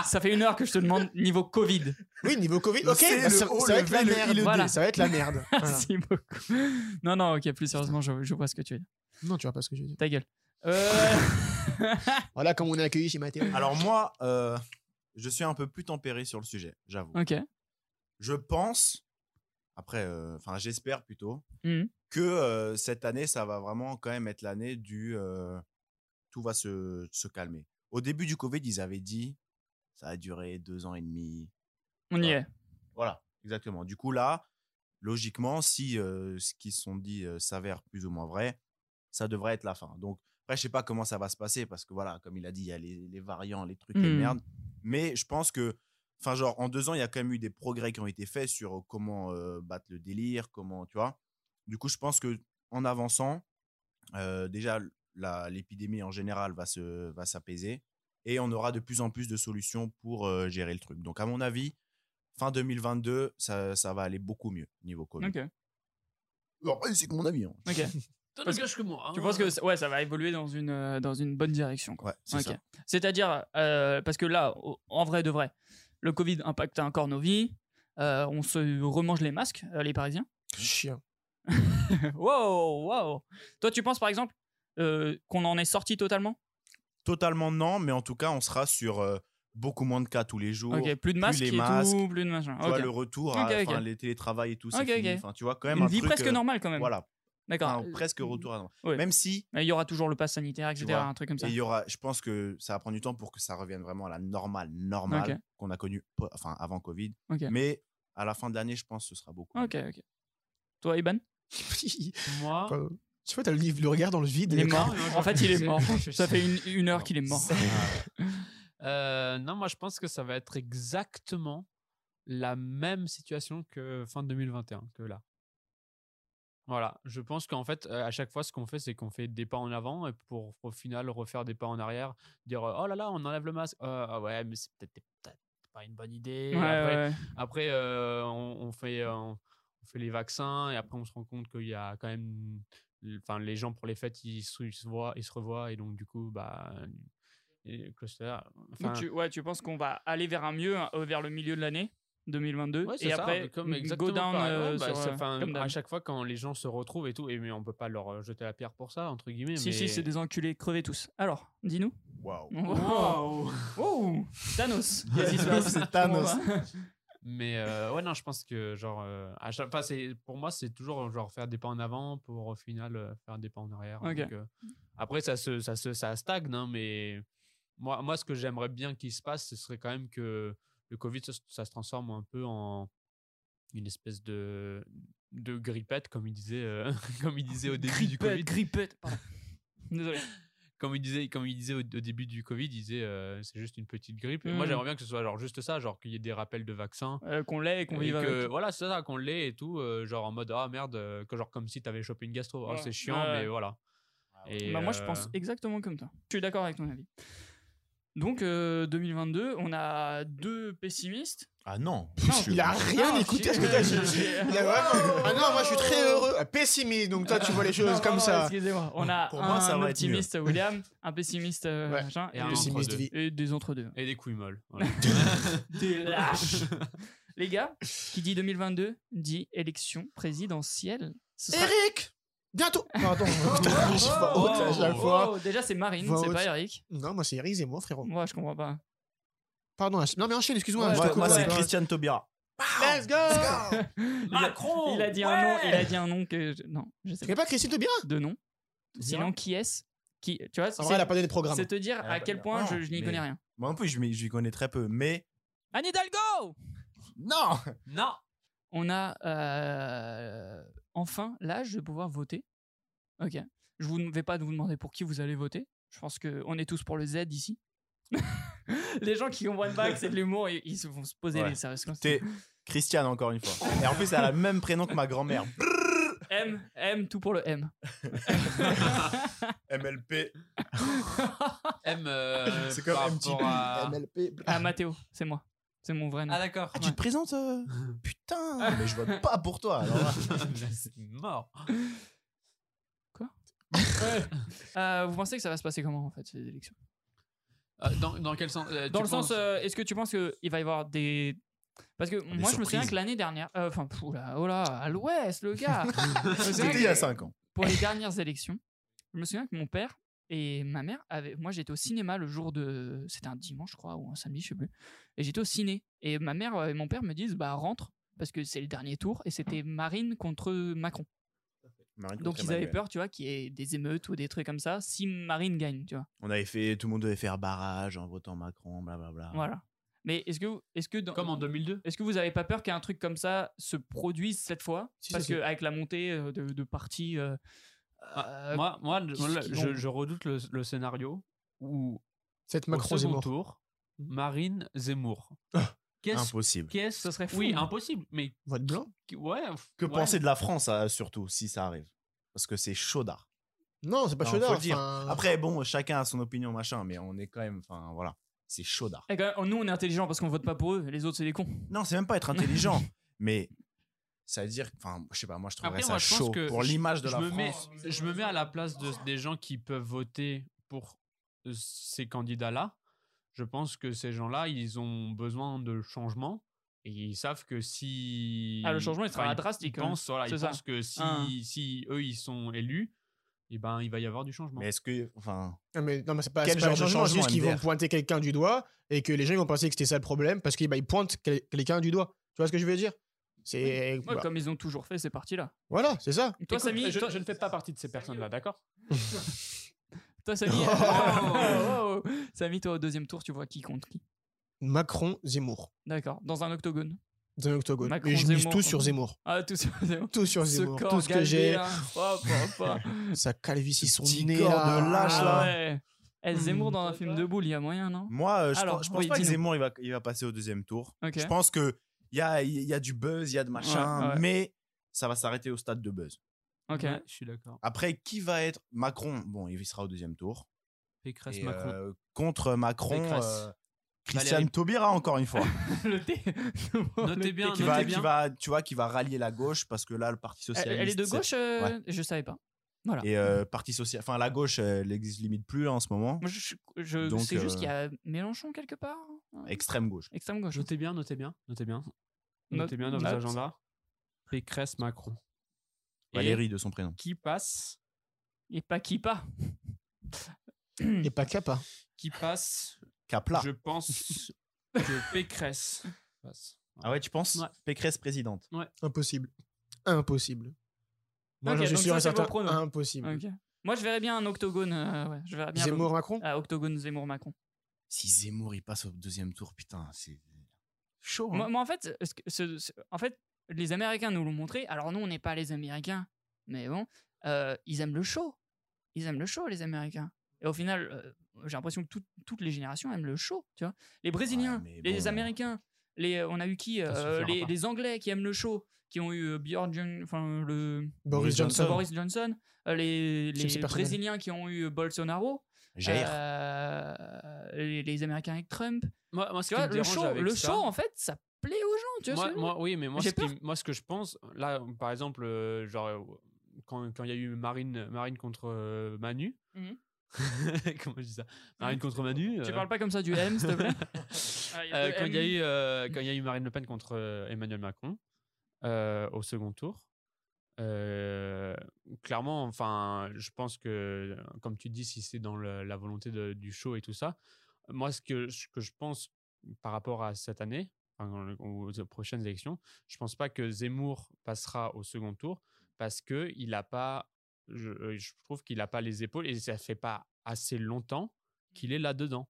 ça fait une heure que je te demande niveau Covid. Oui, niveau Covid, Le ok, C, bah, le ça, O, ça le va être la V, le I, merde. le D. Voilà. Ça va être la merde. Voilà. Merci beaucoup. Non, non, ok, plus sérieusement, je, je vois ce que tu veux dire. Non, tu vois pas ce que je veux dire. Ta gueule. Euh, Voilà comme on est accueilli chez Mathéo. Alors moi, euh, je suis un peu plus tempéré sur le sujet, j'avoue. ok. Je pense, après, euh, enfin j'espère plutôt, Mhm. que euh, cette année, ça va vraiment quand même être l'année du euh, tout va se, se calmer. Au début du Covid, ils avaient dit ça a duré deux ans et demi. On Ah, y est. Voilà, exactement. Du coup là, logiquement, si euh, ce qu'ils se sont dit euh, s'avère plus ou moins vrai, ça devrait être la fin. Donc après, je sais pas comment ça va se passer parce que voilà, comme il a dit, il y a les, les variants, les trucs, les Mhm. merdes. Mais je pense que, enfin genre en deux ans, il y a quand même eu des progrès qui ont été faits sur comment euh, battre le délire, comment tu vois. Du coup, je pense que en avançant, euh, déjà la- l'épidémie en général va se va s'apaiser et on aura de plus en plus de solutions pour euh, gérer le truc. Donc à mon avis, fin 2022, ça, ça va aller beaucoup mieux niveau Covid. Ok. Alors, ouais, c'est que mon avis. hein. Ok. T'as Parce- que moi. hein. Tu penses que c- ouais, ça va évoluer dans une, euh, dans une bonne direction. quoi. Ouais, c'est Ok. ça. C'est-à-dire, euh, parce que là, au- en vrai de vrai, le Covid impacte encore nos vies. euh, on se remange les masques, euh, les Parisiens. Chien. Wow, wow. Toi, tu penses par exemple euh, qu'on en est sorti totalement Totalement non, mais en tout cas, on sera sur euh, beaucoup moins de cas tous les jours. Ok, plus de les masques, et masques, tout, plus de machin. Tu vois, Ok. le retour, Ok, à, ok. enfin, les télétravails et tout, c'est Ok, fini. ok. Enfin, tu vois, quand même Une un vie truc, presque euh, normale quand même. Voilà. D'accord. Enfin, presque retour à normal. Ouais. Même si, Mais il y aura toujours le pass sanitaire, Tu etc. vois. Un truc comme ça. et il y aura, je pense que ça va prendre du temps pour que ça revienne vraiment à la normale, normale Ok. qu'on a connue, po- enfin avant Covid. Ok. Mais à la fin de l'année, je pense que ce sera beaucoup. mieux. Ok, ok. Toi, Iban Moi. Enfin, tu vois, t'as le, livre- le regard dans le vide. Il est et- mort. Non, non, je- En fait, il est mort. Ça fait une, une heure Non. qu'il est mort. Euh, non, moi je pense que ça va être exactement la même situation que fin 2021, que là. Voilà, je pense qu'en fait, euh, à chaque fois, ce qu'on fait, c'est qu'on fait des pas en avant et pour au final refaire des pas en arrière, dire euh, oh là là, on enlève le masque. Euh, ah ouais, mais c'est peut-être peut-être pas une bonne idée. Ouais, Après, ouais, ouais. après, euh, on, on fait, euh, on, on fait les vaccins et après, on se rend compte qu'il y a quand même. Enfin, les gens pour les fêtes, ils se, ils se voient, ils se revoient et donc, du coup, bah. et cluster. Enfin, Donc, tu, ouais, tu penses qu'on va aller vers un mieux, hein, vers le milieu de l'année 2022 ouais, c'est et ça, après mais comme mm, exactement go down pareil. Ouais, euh, bah, sur, c'est- euh, enfin, comme à d'hab. chaque fois quand les gens se retrouvent et tout et mais on peut pas leur euh, jeter la pierre pour ça entre guillemets Si, si, mais- c'est des enculés, crevez tous. Alors, dis-nous. Waouh. Wow. Thanos Qu'est-ce qui se passe C'est Thanos. Comment on va Mais euh, ouais, non, je pense que genre, euh, à chaque, enfin, c'est- pour moi, c'est toujours euh, genre faire des pas en avant pour au final euh, faire des pas en arrière. Ok. Donc, euh, après, ça, se, ça, se, ça stagne, hein, mais moi, moi, ce que j'aimerais bien qu'il se passe, ce serait quand même que le Covid, ça, se- ça se transforme un peu en une espèce de, de grippette, comme il disait, euh, comme il disait au début du Covid. Grippette, grippette. Pardon. Désolé. Comme il disait, comme il disait au, au début du Covid, il disait euh, c'est juste une petite grippe. Et Moi, Mm. j'aimerais bien que ce soit genre juste ça, genre qu'il y ait des rappels de vaccins. Euh, qu'on l'ait et qu'on Et vive que, avec. Voilà, c'est ça, qu'on l'est et tout. euh, genre en mode, ah merde, euh, que genre comme si t'avais chopé une gastro. Ah, Ouais. c'est chiant, Ouais, ouais. mais voilà. Et, Bah, moi, je euh, pense exactement comme toi. Je suis d'accord avec ton avis. Donc, euh, 2022, on a deux pessimistes. Ah non. Il euh, a rien Ah, écouté à ce je- que t'as dit. je- je- Il a vraiment- Ah non, moi je suis très heureux. Ah, pessimiste, donc toi tu vois les choses Non, comme non, ça. Excusez-moi. On a Pour un moi, ça va être optimiste William, un pessimiste euh, Ouais. machin, Et et, un des- entre Pessimiste deux. vie. et des entre-deux. Et des couilles molles. voilà. Des lâches. Les gars, qui dit 2022 dit élection présidentielle. Ce sera- Eric Bientôt Pardon, putain, je suis pas haute à chaque Oh, fois. déjà, c'est Marine, Voix c'est haute. pas Eric. Non, moi c'est Eric et moi, frérot. Moi, je comprends pas. Pardon, encha- non mais enchaîne, excuse-moi. Ouais, je te Moi, coupe, moi, c'est ouais. Christian Taubira. Let's go Macron Il a dit un nom, il a dit un nom que. je- Non, je sais Tu connais pas. pas Christine Taubira De nom. Ah, Sinon, qui est-ce qui, Tu vois, En vrai, elle a c'est pas donné de programme. c'est te dire Elle a à pas- quel point non, je, je n'y mais- connais rien. Moi non plus, je m'y- je lui connais très peu, mais Anne Hidalgo non. non On a euh, enfin l'âge de pouvoir voter. Ok. Je ne vais pas vous demander pour qui vous allez voter. Je pense qu'on est tous pour le Z ici. les gens qui comprennent pas que c'est de l'humour, ils, ils se vont se poser Ouais. les sérieuses questions. T'es Christiane encore une fois. Et en plus, elle a le même prénom que ma grand-mère. M, M, tout pour le M. MLP. M. euh, C'est comme par MTV, rapport à- MLP. Ah, Mathéo, c'est moi. C'est mon vrai nom. Ah, d'accord. tu te Ouais. présentes Putain, mais je vote pas pour toi. c'est mort. Euh, vous pensez que ça va se passer comment en fait ces élections Euh, dans, dans quel sens euh, Dans tu le sens, penses- euh, est-ce que tu penses qu'il va y avoir des. Parce que moi je me souviens surprises. que l'année dernière. euh, Enfin, pff, oula, oula, à l'ouest le gars C'était il y a 5 ans. pour les dernières élections, je me souviens que mon père et ma mère avaient. Moi, j'étais au cinéma le jour de. C'était un dimanche, je crois, ou un samedi, je sais plus. Et j'étais au ciné. Et ma mère et mon père me disent bah, rentre, parce que c'est le dernier tour. Et c'était Marine contre Macron. Donc, ils avaient peur, tu vois, qu'il y ait des émeutes ou des trucs comme ça si Marine gagne, tu vois. On avait fait, tout le monde devait faire barrage en votant Macron, blablabla. Voilà. Mais est-ce que, vous- est-ce que dans- Comme en 2002. Est-ce que vous n'avez pas peur qu'un truc comme ça se produise cette fois Si, Parce si, si. qu'avec la montée euh, de, de partis. euh, euh, Ah, moi, moi, le- qui- qui je, vont- je redoute le, le scénario où, Cette Macron Macron au second Zemmour. tour, Marine Zemmour. Qu'est-ce Impossible. qu'est-ce Ce serait fou. hein. Oui, impossible. Mais Vote blanc qui- ouais. f- Que ouais. penser de la France, ah, surtout, si ça arrive Parce que c'est chaudard. Non, c'est pas Non, chaudard. faut le dire. enfin, Après, bon, chacun a son opinion, machin, mais on est quand même, enfin, voilà, c'est chaudard. Et quand même, oh, nous, on est intelligents parce qu'on vote pas pour eux, les autres, c'est des cons. Non, c'est même pas être intelligent, mais ça veut dire, enfin, je sais pas, moi je trouverais Après, ça moi, je pense chaud que pour je- l'image de je la me France. Mets, je me mets à la place de, des gens qui peuvent voter pour euh, ces candidats-là. Je pense que ces gens-là, ils ont besoin de changement. Et ils savent que si. Ah, le changement, il enfin, sera ils- drastique, Ils ouais. pensent, voilà, ils C'est ça. pensent que si, Hein. si eux, ils sont élus, eh ben, il va y avoir du changement. Mais est-ce que, enfin, Non, mais, non, mais c'est pas, Quel c'est pas un genre de changement, c'est changement, juste qu'ils vont MDR? pointer quelqu'un du doigt et que les gens ils vont penser que c'était ça le problème parce qu'ils bah, ils pointent quel- quelqu'un du doigt. Tu vois ce que je veux dire C'est Ouais, bah, Comme ils ont toujours fait ces parties-là. voilà, c'est ça. Toi, Écoute, Samy, je, toi- je ne fais pas partie de ces personnes-là, d'accord Toi, Samy, Oh, oh, oh. Samy, toi, au deuxième tour, tu vois qui contre qui. Macron, Zemmour, D'accord, dans un octogone. dans l'octogone. Macron, Mais je mise Zemmour. tout sur Zemmour, Ah, tout ça, c'est bon. tout sur Zemmour, tout ce que j'ai, hein. sa calvitie, son petit nez corps là. de lâche, Ah là. ouais. Eh, Zemmour dans un film de boule, il y a moyen, non Moi, euh, je, Alors, pense, je pense oui, pas que dis-nous. Zemmour il va, il va passer au deuxième tour. Ok. Je pense que il y a, il y a du buzz, il y a de machin, Ouais, ouais. mais ça va s'arrêter au stade de buzz. Ok. Ouais, je suis d'accord. Après, qui va être Macron Bon, il sera au deuxième tour. Pécresse, Et, Macron. euh, contre Macron, Pécresse. euh, Christiane Valérie. Taubira encore une fois, Le thé. Notez bien, notez qui va, bien. qui va, tu vois, qui va rallier la gauche parce que là, le Parti Elle, socialiste. elle est de c'est- gauche euh, Je savais pas. Voilà. Et euh, Parti social, enfin la gauche, elle existe limite plus là, en ce moment. Moi, je, je- Donc, c'est juste euh, qu'il y a Mélenchon quelque part. hein Extrême gauche. Extrême gauche. Notez bien, notez bien, notez bien. Notez bien dans vos note. agendas. Pécresse, Macron. Et Valérie de son prénom. qui passe Et pas qui pas. Et pas capa. Qui passe Capla. Je pense que Pécresse passe. Ah ouais, tu penses Ouais. Pécresse présidente. Impossible. Impossible. Moi, Ok, j'en suis donc sûr ça, et c'est vos certain. pronos. Impossible. Ok. Moi, je verrais bien un octogone. euh, ouais, je verrais bien Zemmour, Macron Ah, octogone Zemmour Macron. Si Zemmour il passe au deuxième tour, putain, c'est chaud. hein. Moi, moi, en fait, ce que- ce- ce- en fait, les Américains nous l'ont montré. Alors nous, on n'est pas les Américains, mais bon, euh, ils aiment le show. Ils aiment le show, les Américains. Et au final, euh, j'ai l'impression que tout- toutes les générations aiment le show. Tu vois, les Brésiliens, mais les bon. Américains, les, on a eu qui euh, suffira les, pas. les Anglais qui aiment le show, qui ont eu euh, Bjorn, Jon- enfin le Boris Boris Johnson. Johnson. Boris Johnson, euh, les, Je les sais pas personnel. Brésiliens qui ont eu euh, Bolsonaro, Jair. euh, les, les Américains avec Trump. Moi, moi, ce Tu qui vois, me le dérange show, avec le ça- show, en fait, ça plaît aux gens. Tu vois, moi, c'est- moi, oui, mais moi J'ai ce, qui- peur. moi, ce que je pense, là, par exemple, euh, genre, euh, quand quand il y a eu Marine, Marine contre euh, Manu. Mhm. Comment je dis ça Marine contre Manu. Tu euh, parles pas comme ça du M, s'il te plaît Ah, il y a Euh, deux quand il y a M. eu euh, quand il y a eu Marine Le Pen contre euh, Emmanuel Macron euh, au second tour euh, clairement enfin je pense que comme tu dis si c'est dans le- la volonté de- du show et tout ça moi ce que ce que je pense par rapport à cette année enfin, aux aux prochaines élections je pense pas que Zemmour passera au second tour parce que il a pas je, euh, je trouve qu'il a pas les épaules et ça fait pas assez longtemps qu'il est là dedans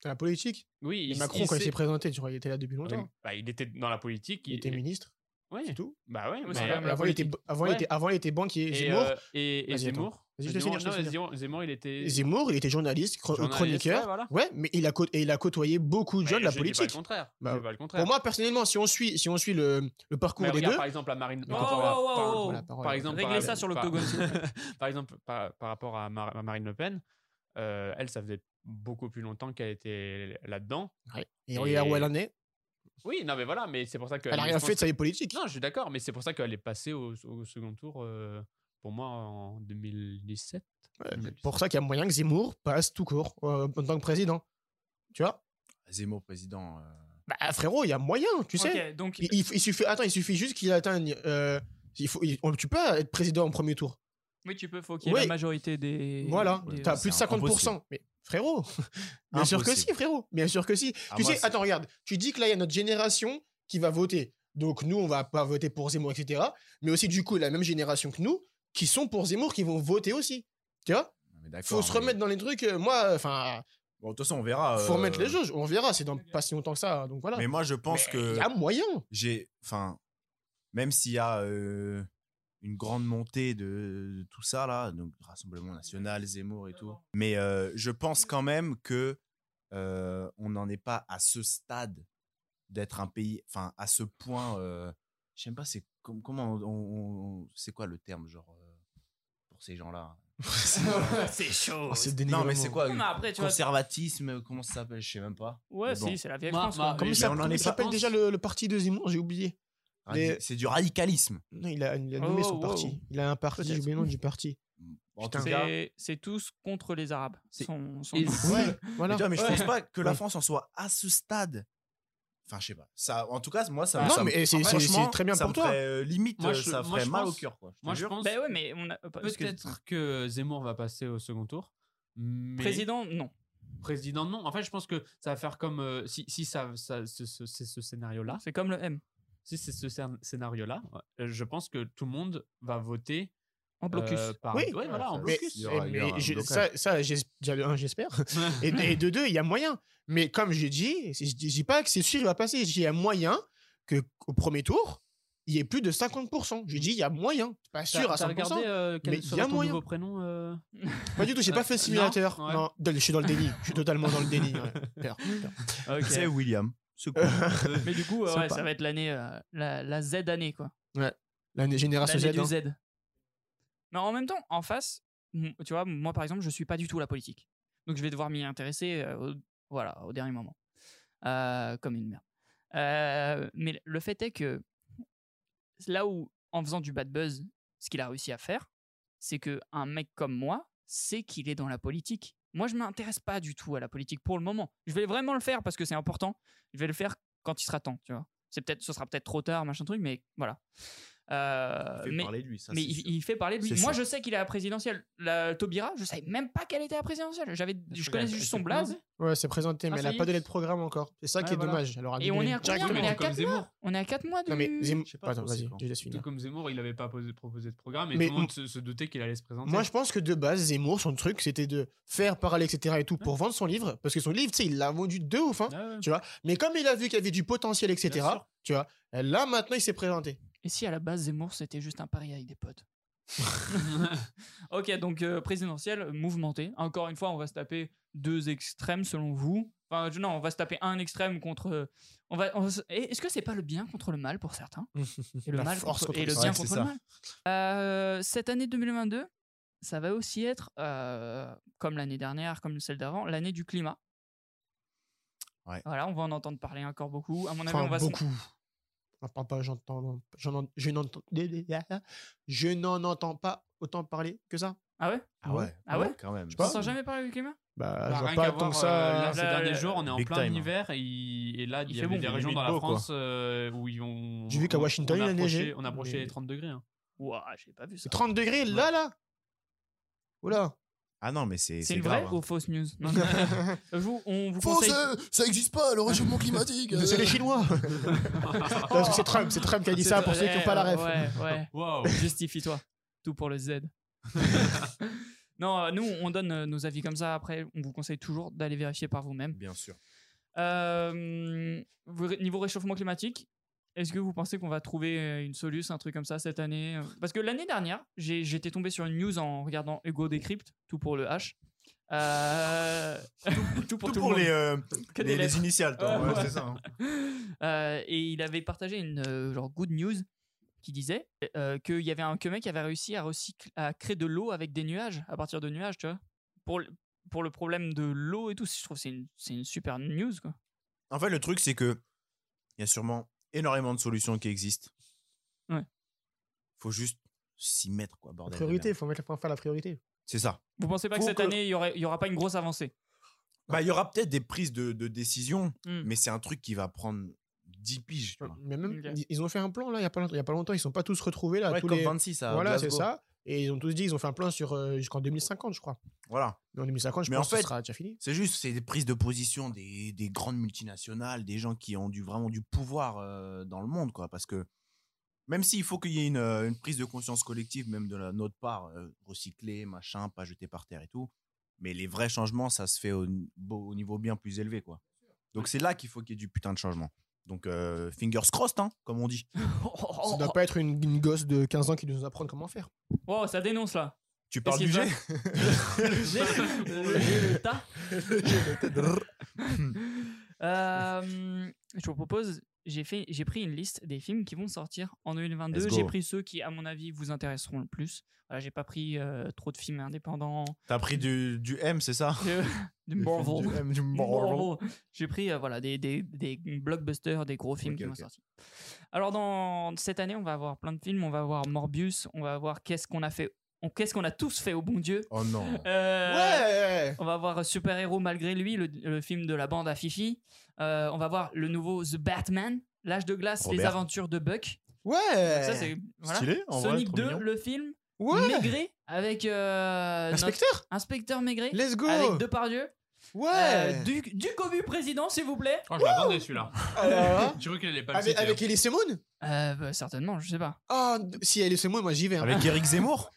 C'est la politique. oui Et Macron, quand il sait- s'est présenté, tu vois, il était là depuis Ouais, longtemps. mais- bah, il était dans la politique. Il était ministre, Ouais. c'est tout. Bah ouais. Mais mais- c'est quand même la Avant, il était, politique. avant, Ouais. il était, avant, il était banquier. et, Zemmour, euh, et, et Vas-y, attends. Zemmour. Vas-y, je te Zemmour, finis, je te non, finis. Zemmour- Zemmour, il était Zemmour, il était journaliste, chro- journaliste, ouais, chroniqueur. voilà. Ouais, mais il a, cô- et il a côtoyé beaucoup de gens Mais de la je dis pas le politique. contraire. Je Bah, dis pas le contraire. Pour moi, personnellement, si on suit, si on suit le, le parcours Mais des regarde, deux, par exemple, la Marine. Oh, par oh, rapport à- oh, par- oh, oh. la parole. Par exemple, Réglez par- ça sur par- l'octogone, s'il vous par exemple, par, par rapport à, Mar- à Marine Le Pen, euh, elle, ça faisait beaucoup plus longtemps qu'elle était là-dedans. et regarde où et- elle en est, Oui, non, mais voilà, mais c'est pour ça que. elle a je rien pense fait de sa vie politique. Non, je suis d'accord, mais c'est pour ça qu'elle est passée au, au second tour, euh, pour moi, en 2017. Ouais, mais pour ça qu'il y a moyen que Zemmour passe tout court euh, en tant que président. Tu vois Zemmour président. euh, Bah frérot, il y a moyen, tu sais. Ok, donc Il, il- il suffit, attends, il suffit juste qu'il atteigne. euh, il faut, il- on- tu peux être président en premier tour. oui, tu peux, faut qu'il y ait Oui. la majorité des. voilà, des- t'as c'est plus de 50%. Mais frérot, bien sûr que si, Impossible. frérot, bien sûr que si. Ah, tu moi, sais, c'est- attends, regarde, tu dis que là, il y a notre génération qui va voter. Donc nous, on va pas voter pour Zemmour, etc. Mais aussi, du coup, la même génération que nous, qui sont pour Zemmour, qui vont voter aussi. Tu vois non, mais d'accord, Faut se mais- remettre dans les trucs. euh, Moi, enfin, Bon, de toute façon, on verra. faut euh, remettre les jauges. On verra, c'est dans pas si longtemps que ça. hein, Donc voilà. Mais euh, oh, moi, je pense Mais ah que Il y a moyen. j'ai, enfin, même s'il y a euh, une grande montée de, de tout ça là, donc Rassemblement National, Zemmour et tout, mais euh, je pense quand même que euh, on n'en est pas à ce stade d'être un pays, enfin, à ce point. euh, je sais pas, c'est com- comment, on, on- on- c'est quoi le terme genre euh, pour ces gens-là c'est chaud. Ah, c'est Non, dénigrant. mais c'est quoi Non, mais après, tu vois. Conservatisme, comment ça s'appelle Je sais même pas. Ouais, Mais bon. si, c'est la vieille Moi- France. moi- quoi. Comment Mais ça on en comment est ça pas- s'appelle déjà le, le parti de Zemmour J'ai oublié. Radi- Mais- C'est du radicalisme. Non, il a, il a nommé Oh, son wow. parti. Il a un parti, j'ai Peut-être. oublié le nom du parti. En Putain. tout cas, C'est- C'est tous contre les Arabes. C'est- Son- son- Et- Ouais, voilà. Mais, tu vois, mais je Ouais. pense pas que la Ouais. France en soit à ce stade. Enfin, je sais pas. Ça, en tout cas, moi, ça. Ah, ça me- non, mais c'est- franchement, c'est- c'est très bien ça pour me toi. ferait, euh, limite, Moi, euh, je- ça moi, ferait je mal pense- au cœur. Quoi, je te Moi, je jure. pense Bah ouais, mais on a. parce que- peut-être que Zemmour va passer au second tour. mais- Président, non. Président, non. En fait, je pense que ça va faire comme euh, si, si ça, ça- ce, ce- ce- ce scénario-là. C'est comme le M. si c'est ce scén- scénario-là, euh, je pense que tout le monde va voter En blocus. euh, par... Oui. ouais, voilà, en Mais, eh, blocus. Il y aura- il y mais aura un je- blocage. ça, ça, j'es- déjà, de un, j'espère. et, de- et de deux, il y a moyen. Mais comme j'ai dit, c'est- je dis je dis pas que c'est sûr, il va passer. Je dis, il y a moyen que au premier tour, il y ait plus de 50%. Je dis, il y a moyen. C'est Pas T'as- sûr à t'as 100%. regardé euh, quel mais serait y a ton moyen. nouveau prénom euh, Pas du tout, j'ai Euh, pas fait non, le simulateur. ouais. Non, de- je suis dans le déni. Je suis totalement dans le déni. ouais. Peur, peur. ok. C'est William. C'est cool. Mais du coup, euh, Ouais, ouais, ça va être l'année, euh, la, la Z année, quoi. La génération Z. L'année hein. du Z. Mais en même temps, en face, m- tu vois, moi par exemple, je suis pas du tout la politique. Donc je vais devoir m'y intéresser euh, au, voilà, au dernier moment. Euh, comme une merde. Euh, mais le fait est que là où, en faisant du bad buzz, ce qu'il a réussi à faire, c'est que un mec comme moi sait qu'il est dans la politique. Moi, je m'intéresse pas du tout à la politique pour le moment. Je vais vraiment le faire parce que c'est important. Je vais le faire quand il sera temps, tu vois. C'est peut-être, ce sera peut-être trop tard, machin truc, mais voilà. Euh, Il fait mais parler de lui, ça, mais c'est il, sûr. il fait parler de lui. C'est Moi, sûr. je sais qu'il est à la présidentielle. La Taubira, je savais même pas qu'elle était à la présidentielle. J'avais, je qu'elle connaissais a- juste elle son fait blaze. Ouais, c'est présenté, mais Ah, elle ça a y pas est. donné de programme encore. C'est ça Ouais, qui est voilà. dommage. Elle aura Et dû on donner est à combien directement. On est à Comme 4 Zemmour. mois. On est à 4 mois de. Non, mais Zemmour- Je sais pas Attends, trop, c'est vas-y, quand. je laisse Tout finir. comme Zemmour, il avait pas posé- proposé de programme et Mais tout le monde se, se doutait qu'il allait se présenter. Moi, je pense que de base, Zemmour, son truc, c'était de faire parler, etc. et tout pour vendre son livre. Parce que son livre, tu sais, il l'a vendu de ouf. Hein. Ah ouais. Mais comme il a vu qu'il y avait du potentiel, etc., Bien sûr. tu vois, là, maintenant, il s'est présenté. Et si à la base Zemmour c'était juste un pari avec des potes Ok, donc euh, présidentielle mouvementée. Encore une fois, on va se taper deux extrêmes selon vous. Enfin, je- non, on va se taper un extrême contre. euh, On va. on va se- Et Est-ce que c'est pas le bien contre le mal pour certains Et le La mal force contre- contre et le- le Ouais, bien c'est contre ça. le mal. Euh, cette année 2022, ça va aussi être euh, comme l'année dernière, comme celle d'avant, l'année du climat. Ouais. Voilà, on va en entendre parler encore beaucoup. À mon avis, Enfin, on va se- beaucoup. Enfin, pas, j'entends, j'en en- je n'entends, je n'en entends pas autant parler que ça. Ah ouais Ah ouais Ah ouais Quand même. Je sais On pas. n'entend jamais parler du climat Bah, Bah, je vois rien pas qu'à tant voir, que euh, ça. là, ces Là, derniers là, jours, on est en big plein time, hein. hiver et, il- et là, il Il fait y avait bon, des il régions fait dans la beau, quoi. France euh, où ils ont. J'ai vu qu'à on- Washington, on il a approchait- neigé. On approchait Mais- les 30 degrés. hein. Ouah, j'ai pas vu ça. 30 degrés, là, là. Oula. Ah non, mais c'est C'est c'est une vraie grave. hein. ou fausse news Non, non. Je vous, on vous Faux, conseille. ça, ça existe pas, le réchauffement climatique. Euh, C'est les Chinois. Non, parce que c'est Trump, c'est Trump qui a dit ça pour ceux qui n'ont pas la ref. Ah, Ouais, ouais. Waouh Justifie-toi. Tout pour le Z. non, euh, nous, on donne euh, nos avis comme ça. Après, on vous conseille toujours d'aller vérifier par vous-même. Bien sûr. Euh, vous- niveau réchauffement climatique, est-ce que vous pensez qu'on va trouver euh, une solution, un truc comme ça cette année euh Parce que l'année dernière, j'ai- j'étais tombé sur une news en regardant Hugo Décrypte, tout pour le H. Euh, tout pour tout le Tout pour monde. les, euh, Que des les, les lettres. initiales, toi. Ouais, ouais, ouais. c'est ça. hein. Euh, et il avait partagé une euh, genre good news qui disait euh, qu'il y avait un que mec qui avait réussi à, recycler, à créer de l'eau avec des nuages, à partir de nuages, tu vois. Pour, le- pour le problème de l'eau et tout, je trouve que c'est une, c'est une super news, quoi. En fait, le truc, c'est que il y a sûrement énormément de solutions qui existent. Ouais. Faut juste s'y mettre, quoi, bordel. de Priorité, il merde. faut mettre la, faire la priorité. C'est ça. Vous pensez pas que Faut cette que- année, il y, aurait- il y aura pas une grosse avancée Bah, il y aura peut-être des prises de, de décision, Hmm. Mm. mais c'est un truc qui va prendre 10 piges. Tu vois. Mais même, Ok. ils- ils ont fait un plan là, il n'y a, pas longtemps- il y a pas longtemps, ils ne sont pas tous retrouvés là. Ouais, tous comme les... 26 à Voilà, c'est Glasgow. ça. Et ils ont tous dit, ils ont fait un plan sur euh, jusqu'en 2050, je crois. Voilà. Mais en 2050, je Mais pense en que fait- ce sera déjà fini. C'est juste, c'est des prises de position des, des grandes multinationales, des gens qui ont du, vraiment du pouvoir euh, dans le monde, quoi. Parce que même s'il faut qu'il y ait une, euh, une prise de conscience collective, même de la, notre part, euh, recycler, machin, pas jeter par terre et tout, mais les vrais changements, ça se fait au, n- bo- au niveau bien plus élevé, quoi. Donc c'est là qu'il faut qu'il y ait du putain de changement. Donc euh, fingers crossed, hein, comme on dit. Ça oh, doit pas être une, une gosse de 15 ans qui doit nous apprendre comment faire. Wow, Oh, ça dénonce là. Tu parles du qu'il budget J'ai le tas. Euh, je vous propose, j'ai fait, j'ai pris une liste des films qui vont sortir en 2022. Let's J'ai go. pris ceux qui, à mon avis, vous intéresseront le plus. Voilà, j'ai pas pris euh, trop de films indépendants, T'as pris du, du M, c'est ça de, de Marvel. Du M, du Marvel. Marvel. J'ai pris euh, voilà des, des, des blockbusters, des gros films Ok, qui vont ok. sortir. Alors dans cette année, on va avoir plein de films. On va avoir Morbius. On va voir qu'est-ce qu'on a fait. on- Qu'est-ce qu'on a tous fait au bon Dieu Oh non. Euh, Ouais on va voir Super Héros malgré lui, le, le film de la bande à Fifi. Euh, on va voir le nouveau The Batman, L'âge de glace, les Robert. aventures de Buck. Ouais Ça, c'est voilà. Stylé, en vrai, Sonic trop 2, mignon. le film Ouais Maigret avec euh, notre Inspecteur inspecteur Maigret Let's go avec Depardieu. Euh, Ouais. du, du Cobu président, s'il vous plaît. Oh, je l'attendais celui-là. Ah là là. J'ai cru qu'il allait pas le Avec, citer. avec Elise Moon Euh, bah, certainement, je sais pas. Ah, si Elise Moon, moi j'y vais. hein. Avec Eric Zemmour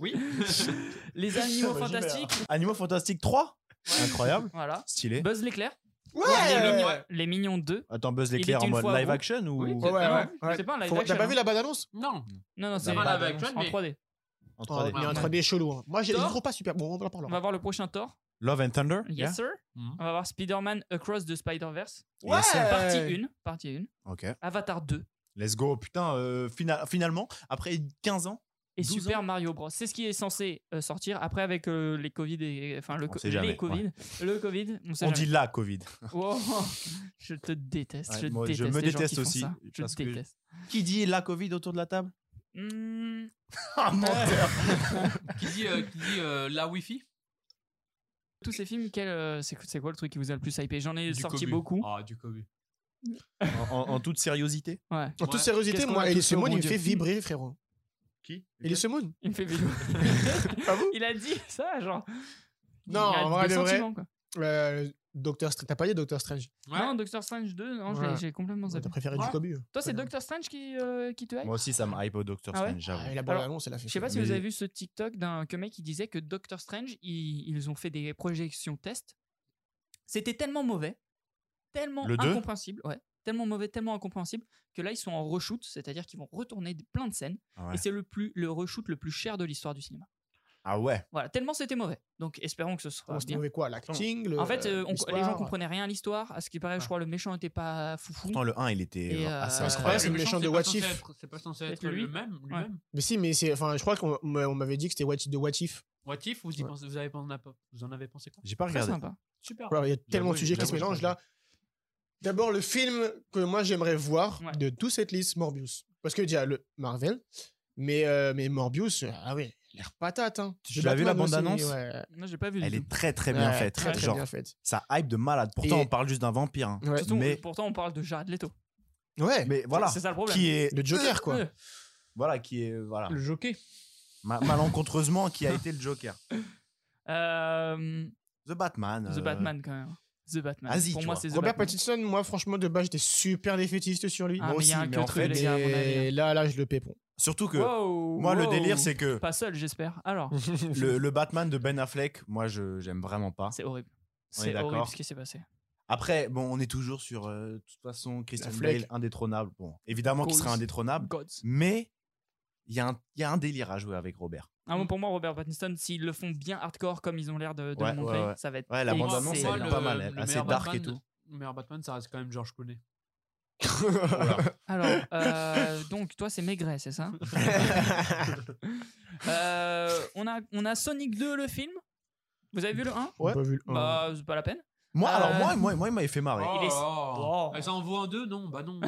Oui. Les animaux Bah, j'y vais, fantastiques. Animaux Fantastiques 3 Incroyable. Voilà. Stylé. Buzz l'éclair. Ouais. Les mignons. Les mignons 2. Attends, Buzz Il l'éclair était en une mode fois live gros. action ou Oui, Ouais, c'est- ouais, ah ouais. C'est pas un live Faut- T'as action, pas vu hein. la bande-annonce Non. Non, non, c'est pas un live en action, mais- 3D. en Oh, 3D. Il y a un 3D chelou. hein. Moi, j'ai Thor trop pas super. Bon, on va en parler. On va voir le prochain Thor. Love and Thunder Yes, yeah. Mm-hmm. sir. Mhm. On va voir Spider-Man Across the Spider-Verse. Ouais. Partie 1. Partie 1. Ok. Avatar 2. Let's go. Putain, euh, fina- finalement, après 15 ans, Et 12 Super Mario Bros. C'est ce qui est censé euh, sortir après avec euh, les Covid et enfin le On co- sait jamais, les Covid, le Covid. On, sait on jamais. dit là, Covid. Wow, je te déteste. Ouais, je, moi, je déteste me les gens qui déteste font aussi, ça. Je parce que- déteste. Qui dit la Covid autour de la table Hmm, Ah, Qui dit, euh, qui dit euh, la Wi-Fi tous ces films, quel, euh, c'est c'est quoi le truc qui vous a le plus hypé J'en ai Du sorti cobu. beaucoup. Ah, du cobu. en, en- en toute sériosité Ouais, En Ouais. toute sérieuxité, Qu'est-ce qu'on moi, a Elise touché au Moon, bon il me Dieu fait vibrer, frérot. Qui Elise Moon il me fait vibrer. Pas vous il a dit ça, genre. Non, il a en vrai des de vrai. sentiments, quoi. Euh, Docteur Strange. T'as pas dit Doctor Strange Non, Doctor Strange 2, non, je Ouais. l'ai- j'ai complètement T'as zappé. préféré Ouais. du cobu Toi, c'est Doctor Strange qui, euh, qui te hype Moi aussi, ça me hype au Doctor Ah ouais Strange, j'avoue. Ah, et la Alors, bande-annonce, elle a fait. Je sais pas si Mais- vous avez vu ce TikTok d'un que mec qui disait que Doctor Strange, ils, ils ont fait des projections tests. C'était tellement mauvais, tellement Le deux incompréhensible, ouais, tellement mauvais, tellement incompréhensible que là ils sont en reshoot, c'est-à-dire qu'ils vont retourner d- plein de scènes Ah ouais. et c'est le plus le reshoot le plus cher de l'histoire du cinéma. Ah ouais. Voilà, tellement c'était mauvais. Donc espérons que ce soit Ah, Comment c'était bien. mauvais quoi L'acting le- En fait, euh, on- les gens l'histoire. comprenaient rien à l'histoire. À ce qui paraît, je crois le méchant était pas foufou. Ah. Pourtant, le 1, il était Et, euh, assez Ouais, incroyable. c'est le méchant de c'est pas What censé If. être- C'est pas censé Peut-être être lui. le même. lui-même. Mais si, mais c'est. Enfin, je crois qu'on m'a- on m'avait dit que c'était What, de What If. What If, vous, y Ouais. pensez, vous, avez, pensé- vous en avez pensé quoi J'ai pas Très regardé. sympa. Super. Alors, il y a tellement J'avoue, de sujets qui se j'avoue, j'avoue. mélangent là. D'abord, le film que moi j'aimerais voir Ouais. de toute cette liste, Morbius. Parce que déjà, le Marvel, mais, euh, mais Morbius, euh, ah ouais, l'air patate. Hein. Tu Le l'as vu, la Batman aussi, bande-annonce ouais. Moi, j'ai pas vu. du Elle tout. est très très bien Ouais, faite. Très, très Genre, bien faite. ça hype de malade. Pourtant, Et- on parle juste d'un vampire. hein. Ouais. Surtout, mais- Pourtant, on parle de Jared Leto. Ouais, Mais voilà, C'est ça le problème. qui est le Joker quoi. Ouais. voilà qui est voilà Le jockey. Ma- malencontreusement qui a été le Joker. Euh, The Batman. The euh, Batman quand même. The Batman. Vas-y, Pour tu moi, vois. c'est The Robert Batman. Pattinson, moi franchement, de base, j'étais super défaitiste sur lui. Ah, moi mais il y a aussi, un mais que en truc, fait, les gars, à mon avis. hein. Et là, là, je le paie pour. Surtout que Wow, moi, le wow. délire, c'est que Pas seul, j'espère. Alors, le, le Batman de Ben Affleck, moi, je j'aime vraiment pas. c'est horrible. On est C'est horrible d'accord. ce qui s'est passé. Après, bon, on est toujours sur, euh, de toute façon, Christian Affleck. Bale, indétrônable. Bon, évidemment qu'il Cool. sera indétrônable, Gods. mais il y, a un- il y a un délire à jouer avec Robert. Ah, bon, pour moi, Robert Pattinson, s'ils le font bien hardcore comme ils ont l'air de, de Ouais, le montrer, ouais, ouais. ça va être. Ouais, la Et Moi, bande-annonce, c'est- elle est le- pas mal, elle- le assez meilleur dark et Batman- tout. Le meilleur Batman, ça reste quand même George Clooney. Alors, euh, donc, toi, c'est Maigret, c'est ça Euh, on, a, on a Sonic 2, le film. Vous avez vu le Euh. 1 J'ai pas vu le un. Bah, c'est pas la peine. Moi, Euh, alors, moi, moi, moi, il m'avait fait marrer. il est- Oh. Oh. Eh, Ça en vaut un deux Non, bah non.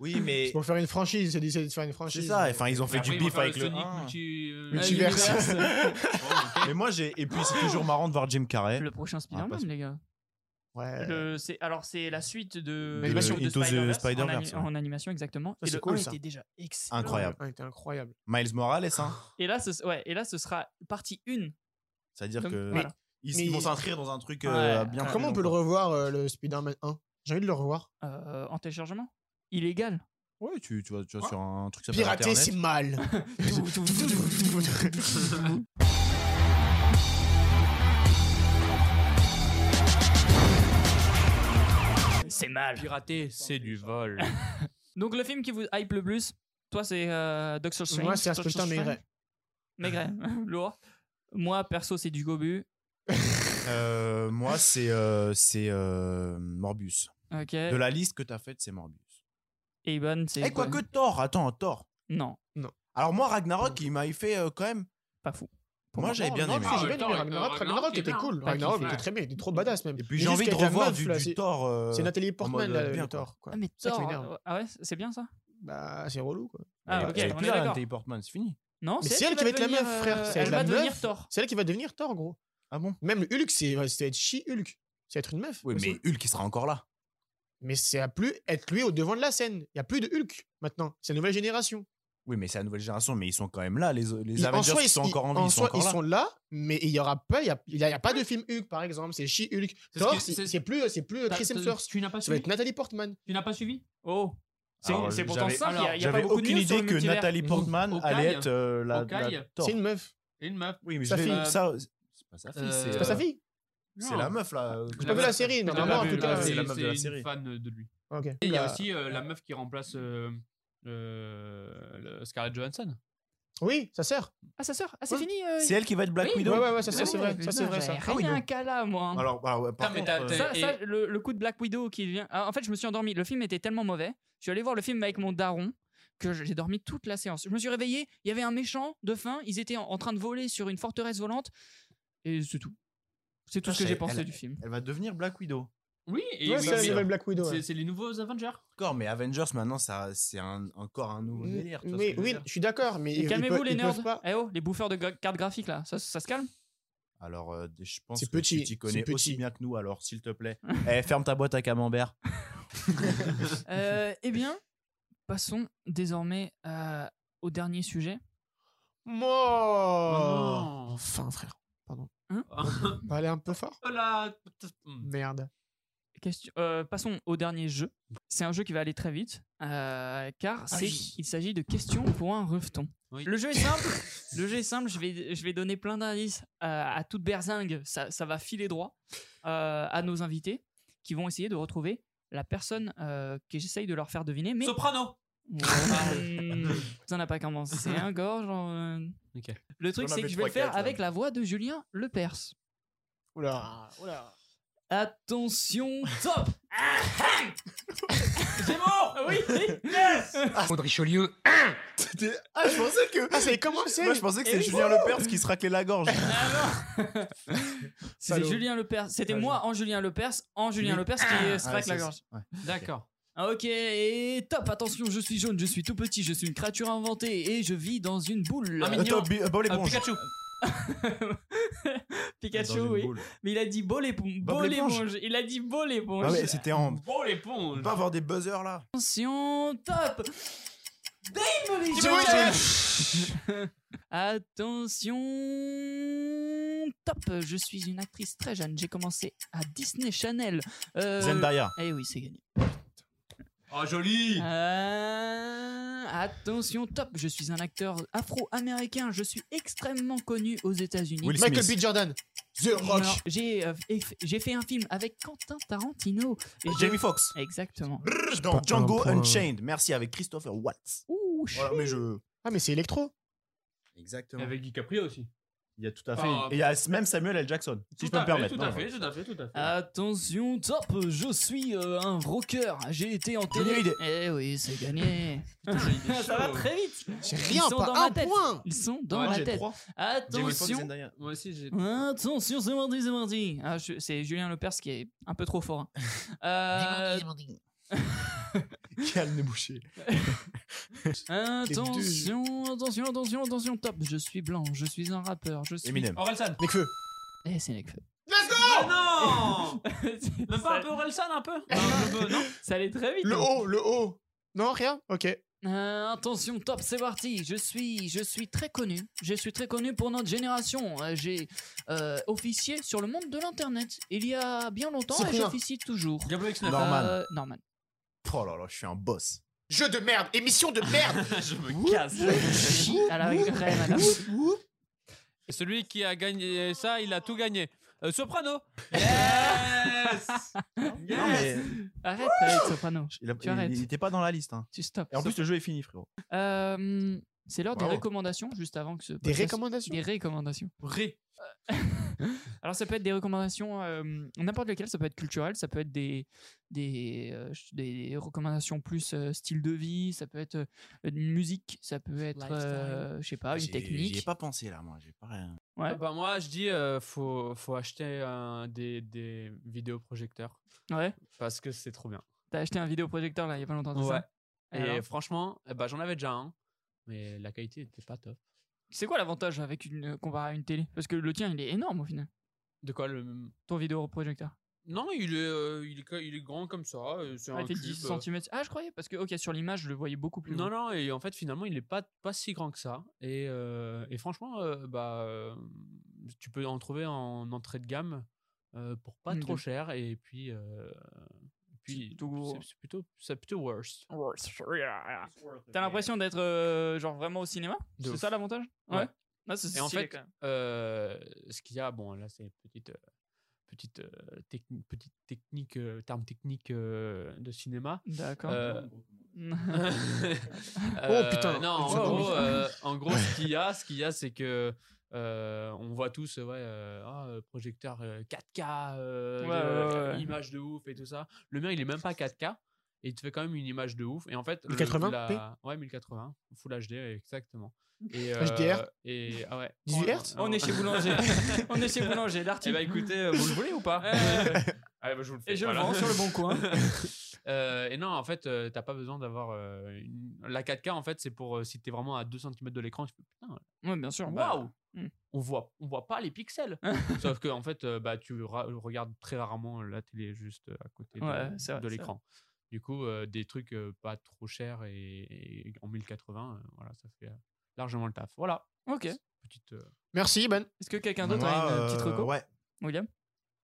Oui, mais C'est pour faire une franchise, c'est d'essayer de faire une c'est franchise. ça. Enfin, ils ont Ah fait Après, du ils vont bif faire avec le. Ah. Sonic un. multi- euh, Multiverse. multiverse. Oh, ok. Mais moi, j'ai. Et puis, c'est toujours marrant de voir Jim Carrey. Le prochain Spider-Man, parce- les gars. Ouais. Le- c'est- alors, c'est la suite de, De- de Into the Spider-Verse, en, ani- Spider-Verse, en animation, exactement. Ça, et c'est le cool, 1 ça. était déjà excellent. Incroyable. Ah, il était incroyable. Miles Morales, hein. Et là, ce, ouais, et là, ce sera partie 1. C'est-à-dire Donc, que. voilà. Ils, Mais- ils vont s'inscrire dans un truc euh, Ouais. bien. Ah, Comment on peut le long, revoir, euh, le Spider-Man 1 J'ai envie de le revoir. Euh, en téléchargement. Illégal. quoi. Ouais, tu, tu vois, tu vois Ouais. sur un truc. ça s'appelle Pirater, Internet. c'est mal. C'est mal. Pirater, c'est du vol. Donc, le film qui vous hype le plus, toi, c'est euh, Doctor Strange. Moi, c'est Doctor Inspecteur Strange. Maigret. Maigret, lourd. Moi, perso, c'est du gobu. Euh, moi, c'est euh, c'est euh, Morbius. Ok. De la liste que t'as faite, c'est Morbius. Et Iban, c'est. Et Eh, quoi que Thor, attends, Thor. Non, Alors moi, Ragnarok, il m'a fait euh, quand même. pas fou. Pour Moi, moi, j'avais bien Non, aimé. mais j'ai Ah, bien aimé Ragnarok, Ragnarok. Ragnarok, Ragnarok il est était bien. cool. Pas Ragnarok kiffé. était très bien. Il était trop badass même. Et puis j'ai Juste envie de qu'avec la revoir meuf, du, là, du c'est- Thor. euh, C'est Nathalie Portman, mode, là, euh, bien, quoi. le Thor. quoi. Ah, mais Ça qui Thor, m'énerve. euh, Ah ouais, c'est bien ça Bah, c'est relou, quoi. Ah, elle- ok, elle est on plus est là, d'accord. Nathalie Portman, c'est fini. Non, Mais c'est c'est elle qui va être la devenir, meuf, frère, euh, c'est Elle la va devenir meuf. Thor. C'est elle qui va devenir Thor, gros. Ah bon Même le Hulk, c'est ouais, ça va être chi-Hulk. Ça va être une meuf. Oui, aussi. mais Hulk, il sera encore là. Mais c'est à plus être lui au devant de la scène. Il n'y a plus de Hulk maintenant. C'est la nouvelle génération. Oui, mais c'est la nouvelle génération, mais ils sont quand même là. Les, les Ils- en Avengers soi, qui sont ils- encore en vie, en ils sont soi, encore là. là, mais il y aura pas, il y a, il y a- il y a pas de film Hulk par exemple, c'est She-Hulk. C'est ce Thor, que- c'est c'est- c'est plus, c'est plus euh, Chris Hemsworth. Tu n'as pas Ça va être suivi Nathalie Portman. Tu n'as pas suivi Oh. C'est Alors, c'est pourtant j'avais- simple, il y a- il y a, pas Ah, J'avais beaucoup de aucune news sur idée le que multivers. Nathalie Portman Hawkeye. allait être euh, la, Hawkeye. la Thor. C'est une meuf. Et une meuf. Oui, mais je Sa l'ai- fille. ça, c'est pas sa fille, Euh, c'est C'est pas sa euh, fille. c'est Non. la meuf là. euh, J'ai pas vu la série, Non, normalement, non, en mais tout cas. là, c'est c'est la meuf de la C'est série. une fan de lui. Ok. Bah, Et il y a La- aussi euh, la meuf qui remplace euh, euh, le- Scarlett Johansson. Oui, sa sœur. Ah, sa sœur Ah, c'est Ouais. fini euh, C'est elle qui va être Black Oui, Ouais, Widow. ouais, ouais, ça, ça, c'est vrai. Ça, c'est vrai, ça. J'avais rien qu'à là, moi. hein. Alors, bah, ouais, par Putain, mais contre, t'as- euh, t'as- Ça, Et- ça, le, le coup de Black Widow qui vient. Ah, en fait, je me suis endormi. Le film était tellement mauvais. Je suis allé voir le film avec mon daron que j'ai dormi toute la séance. Je me suis réveillé. Il y avait un méchant de fin. Ils étaient en, en train de voler sur une forteresse volante. Et c'est tout. C'est tout Ah, ce que c'est- j'ai pensé elle- du film. Elle va devenir Black Widow. Oui, et Ouais, oui, c'est la mais- euh, nouvelle Black Widow. ouais. c'est- c'est les nouveaux Avengers. D'accord, mais Avengers maintenant, ça, c'est un- encore un nouveau délire. tu vois ce Mais que je veux Mm, oui, dire je suis d'accord, mais Et ils- ils calmez-vous, peuvent- les ils peuvent nerds. pas- Eh oh, les bouffeurs de gra- cartes graphiques, là. Ça, ça se calme Alors, euh, je pense C'est que petit, tu t'y connais c'est aussi petit. bien que nous, alors s'il te plaît. Eh, ferme ta boîte à camembert. Euh, Eh bien, passons désormais à- au dernier sujet. Moi non. Enfin, frère. oh Parler Bah, un peu fort là. Hmm. Merde. Question- euh, passons au dernier jeu. C'est un jeu qui va aller très vite, euh, car c'est, oui. il s'agit de questions pour un reveton. Oui. Le jeu est simple. le jeu est simple. Je vais, je vais donner plein d'indices euh, à, à toute berzingue. Ça, ça va filer droit euh, à nos invités, qui vont essayer de retrouver la personne euh, que j'essaye de leur faire deviner. Mais Soprano. Hmm, ça n'a pas commencé encore. genre, euh. Ok. Le truc, J'en c'est avais que je vais le faire 3-4, là. avec la voix de Julien Lepers. Oula. Oula. Attention, top. C'est bon. oui. Ah, je pensais que. Ah, ça a commencé Moi, je pensais que Eh c'est oui. Julien Lepers qui se raclait la gorge. C'était Salaud. Ah Julien Lepers. C'était Ah, moi en Julien Lepers, en Julien Oui. Lepers qui euh, se Ah, craque c'est- la gorge. D'accord. Ah, Ok, et top, attention, je suis jaune, je suis tout petit, je suis une créature inventée et je vis dans une boule. Un Euh, mignon. Bob- euh, Bob Euh, l'éponge. Pikachu. Pikachu, Dans une oui. boule. Mais il a dit beau l'éponge. Bob Beau l'éponge. l'éponge. Il a dit beau l'éponge. Ah ouais, c'était en. Bon On peut l'éponge. pas avoir des buzzers là. Attention, top Dave Moody Jimmy Jones. Attention, top Je suis une actrice très jeune, j'ai commencé à Disney Channel. Euh, Zendaya. Eh oui, c'est gagné. Oh joli. Ah, Euh, attention, top Je suis un acteur afro-américain, je suis extrêmement connu aux États-Unis. Will Michael Smith. B. Jordan. The Rock. Alors, J'ai euh, eff- j'ai fait un film avec Quentin Tarantino. Et je- Jamie Foxx. Exactement. Dans Django point. Unchained. Merci avec Christopher Watts. Ouh, Voilà, mais je. Ah, mais c'est électro. Exactement. Avec DiCaprio aussi. Il y a tout à Ah, fait. euh, Et il y a même Samuel L. Jackson, si je Tout peux à me fait, permettre. Tout Non, à voilà. fait, tout à fait, tout à Ah. fait. Attention, top, je suis euh, un rocker. J'ai été en Johnny télé. Hallyday. Eh oui, c'est gagné. Putain, il est Ça va chaud. très vite. J'ai Ils rien, sont dans pas ma un tête. point. Ils sont dans Ouais, ma j'ai tête. trois. Jamie Foxx, Attention. Zendaya. Moi aussi j'ai. Attention, c'est mardi, c'est mardi. Ah, je- c'est Julien Lepers qui est un peu trop fort. hein. Euh, Calme, bouché. attention, attention, attention, attention, top. Je suis blanc, je suis un rappeur, je suis. Eminem. Orelsan. Nekfeu. Eh, c'est Nekfeu. Oh non Même pas ça, un peu Orelsan un peu Non, un peu, non. ça allait très vite. Le hein. haut, le haut. Non, rien Ok. Euh, attention, top, c'est parti. Je suis, je suis très connu. Je suis très connu pour notre génération. Euh, J'ai euh, officié sur le monde de l'internet il y a bien longtemps et Cyprien. j'officie toujours. Diablo X9. Non. Norman. Euh, Norman. Oh là là, je suis un boss. Jeu de merde. Émission de merde. Je me Ah, casse. À la règle, madame. Celui qui a gagné ça, il a tout gagné. Euh, soprano. Yes. Non, mais Arrête avec Soprano. il, a- Tu arrêtes. il- il était pas dans la liste. hein. Tu stops. Et en plus, le jeu est fini, frérot. Euh, c'est l'heure des Bravo. recommandations, juste avant que ce. Des podcast- recommandations Des recommandations. Ré. Alors, ça peut être des recommandations, euh, n'importe lesquelles, ça peut être culturel, ça peut être des, des, euh, ch- des recommandations plus euh, style de vie, ça peut être euh, une musique, ça peut être, euh, je sais Ah, pas, une J'ai- J'y ai technique. pas pensé là, moi. J'ai pas rien. Ouais. Bah, moi, je dis, euh, faut, faut acheter un des, des vidéoprojecteurs Ouais. parce que c'est trop bien. T'as acheté un vidéoprojecteur là, il y a pas longtemps, c'est ça Et Et alors franchement, eh bah, j'en avais déjà un, mais la qualité était pas top. C'est quoi l'avantage euh, avec une comparé à une télé Parce que le tien, il est énorme au final, De quoi le ton vidéoprojecteur. Non, il est, euh, il, est, co- il est grand comme ça. euh, C'est Ah, un il fait cube, 10 euh. cm. Ah, je croyais, parce que, ok, sur l'image, je le voyais beaucoup plus. hein. Non, haut. non, et en fait, finalement, il n'est pas, pas si grand que ça. Et, euh, et franchement, euh, bah, euh, tu peux en trouver en entrée de gamme euh, pour pas Mm, trop de- cher. Et puis, euh, C'est puis plutôt- c'est c'est plutôt, c'est plutôt worse. Oh, T'as l'impression d'être euh, genre vraiment au cinéma De C'est ouf. ça l'avantage Ouais. Ah, c'est Et en stylé, fait, quand même. euh, ce qu'il y a, bon, là, c'est une petite, euh, petite, euh, techni- petite technique, euh, terme technique euh, de cinéma. D'accord. Euh, Oh, putain. Non, en Oh, gros, putain. euh, en gros, ce qu'il y a, ce qu'il y a, c'est que euh, on voit tous, euh, ouais, euh, ah, euh, projecteur euh, 4K, euh, Ouais, euh, ouais, ouais. image de ouf et tout ça. Le mien, il est même pas 4K. Et il te fait quand même une image de ouf. Et en fait, le- 1080p? la- ouais, 1080, Full HD, exactement. Et, HDR? euh, et, ah ouais. 18 Hz? On est chez Boulanger. On est chez Boulanger, Eh l'article. bah écoutez, euh, vous le voulez ou pas Eh, allez, bah, je vous le fais. Et je voilà. le vends sur le bon coin. Euh, et non, en fait, euh, t'as pas besoin d'avoir euh, une- la 4K. En fait, c'est pour euh, si t'es vraiment à 2 cm de l'écran, tu fais, putain, ouais, bien sûr. bah, waouh, hmm. on voit, on voit pas les pixels. Sauf que en fait, euh, bah tu ra- regardes très rarement la télé juste euh, à côté de, Ouais, c'est vrai, de c'est l'écran. Du coup, euh, des trucs euh, pas trop chers et, et en 1080, euh, voilà, ça fait euh, largement le taf. Voilà, Bah, Ok. Est-ce petite. euh, Merci, Ben. Iban. que quelqu'un d'autre a Moi, une euh, petite euh, reco Ouais. William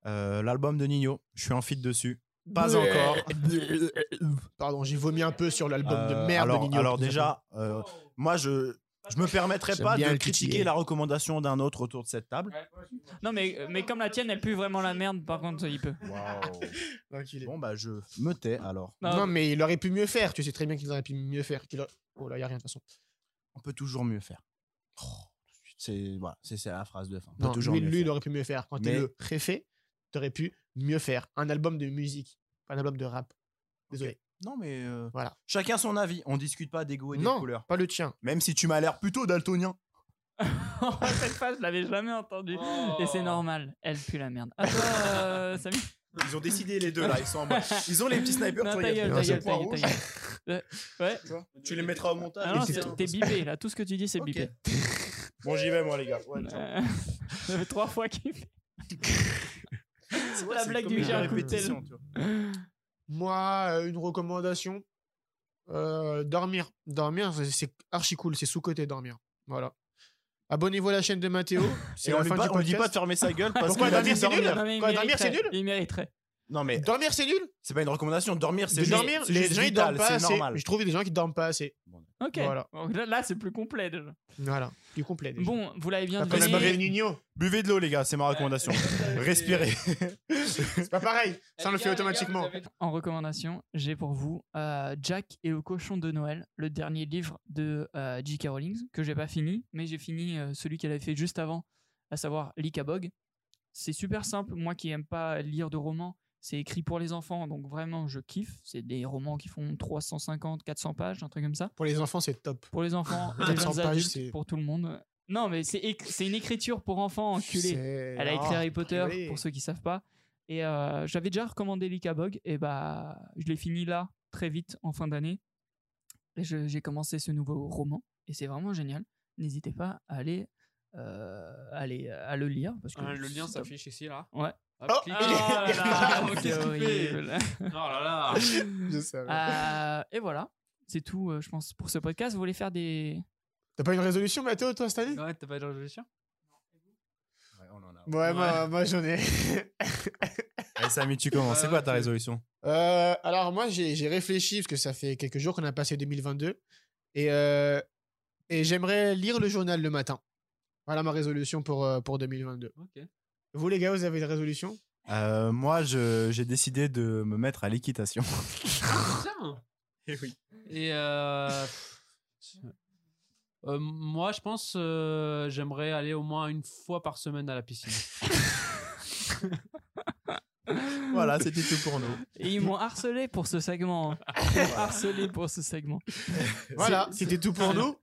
Euh, L'album de Nino. Je suis en feed dessus. Pas encore. Pardon, j'ai vomi un peu sur l'album Euh, de merde alors, de Nino. alors déjà, euh, moi je je me permettrai J'aime pas bien de le titiller. critiquer la recommandation d'un autre autour de cette table. Non, mais, euh, mais comme la tienne, elle pue vraiment la merde, par contre, il peut. Bon bah je me tais alors. Non, Non, mais il aurait pu mieux faire. Tu sais très bien qu'il aurait pu mieux faire. qu'il a- Oh là, il a rien de toute façon. On peut toujours mieux faire. Oh, C'est voilà, c'est c'est la phrase de fin. On peut Non, toujours lui, mieux lui, il faire. aurait pu mieux faire. Quand t'es Mais- le préfet, t'aurais pu mieux faire. Un album de musique, pas un album de rap. Désolé. Non mais euh, Voilà. chacun son avis. On discute pas des goûts et des Non. couleurs. Pas le tien. Même si tu m'as l'air plutôt daltonien. Cette phrase, je l'avais jamais entendue. Et c'est normal, elle pue la merde. À toi, euh, Samy Ils ont décidé les deux là. Ils sont en mode- Ils ont les petits snipers. Non, sur ta les- gueule, Non, ta c'est gueule, le ta gueule, ta gueule. Euh, Ouais. Tu les mettras au montage. Ah et non, c'est c'est- tout. t'es bipé là, tout ce que tu dis c'est Ok. bipé. Bon j'y vais moi les gars. Euh, Ça fait trois fois qu'il fait. la blague du comédien j'ai un coup de tel. répétition, tu vois. Moi, euh, une recommandation euh, dormir. Dormir, c'est- c'est archi cool. C'est sous-côté dormir. Voilà. Abonnez-vous à la chaîne de Mathéo. C'est Et on la lui fin pas- du on lui dit pas de podcast. fermer sa gueule parce Pourquoi qu'il a Damien, dit c'est nul dormir. Non, mais il Quoi, dormir, c'est mériterait. nul Il mériterait. Non mais Dormir, c'est nul. c'est pas une recommandation. Dormir c'est De juste- dormir, c'est les juste gens ils vital, dorment pas c'est assez. normal. Je trouve des gens qui dorment pas assez. Ok. Voilà. Donc là, là, c'est plus complet déjà. Voilà. Du complet. déjà. Bon, vous l'avez bien Après, c'est deviné. pas Nino. Buvez de l'eau les gars, c'est ma recommandation. Respirez. C'est pas pareil. Ça, on le fait automatiquement. En recommandation, j'ai pour vous euh, Jack et le cochon de Noël, le dernier livre de euh, J.K. Rowling que j'ai pas fini, mais j'ai fini euh, celui qu'elle avait fait juste avant, à savoir Likabog. C'est super simple, moi qui aime pas lire de romans, c'est écrit pour les enfants, donc vraiment je kiffe. C'est des romans qui font 350, 400 pages, un truc comme ça. Pour les enfants, c'est top. Pour les enfants, les 400 jeunes pages, adultes, c'est- pour tout le monde. Non, mais c'est éc- c'est une écriture pour enfants, enculé. Elle a écrit Harry Ah Potter, eh pour ceux qui savent pas. Et euh, j'avais déjà recommandé Likabog, et bah je l'ai fini là, très vite, en fin d'année. Et je- j'ai commencé ce nouveau roman, et c'est vraiment génial. N'hésitez pas à aller, euh, aller euh, à le lire. Parce que Ah, le lien c'est top. s'affiche ici là. Ouais. Hop, Oh, clique. Oh là là, Oh, c'est qu'est-ce qu'il fait horrible. Oh là là. Euh, et voilà, c'est tout, euh, je pense, pour ce podcast. Vous voulez faire des... T'as pas une résolution, Mathéo, toi, cette année Ouais, t'as pas de résolution Ouais, bah. Moi, moi, j'en ai. Allez Samy, tu commences. C'est quoi ta résolution Euh, alors, moi, j'ai j'ai réfléchi, parce que ça fait quelques jours qu'on a passé 2022. Et, euh, et j'aimerais lire le journal le matin. Voilà ma résolution pour, euh, pour 2022. Ok. Vous, les gars, vous avez une résolution Euh, Moi, je- j'ai décidé de me mettre à l'équitation. Putain Et euh, pff, euh, moi, je pense, euh, j'aimerais aller au moins une fois par semaine à la piscine. voilà, c'était tout pour nous. Et ils m'ont harcelé pour ce segment. Ils m'ont harcelé pour ce segment. Voilà, c'était tout pour nous.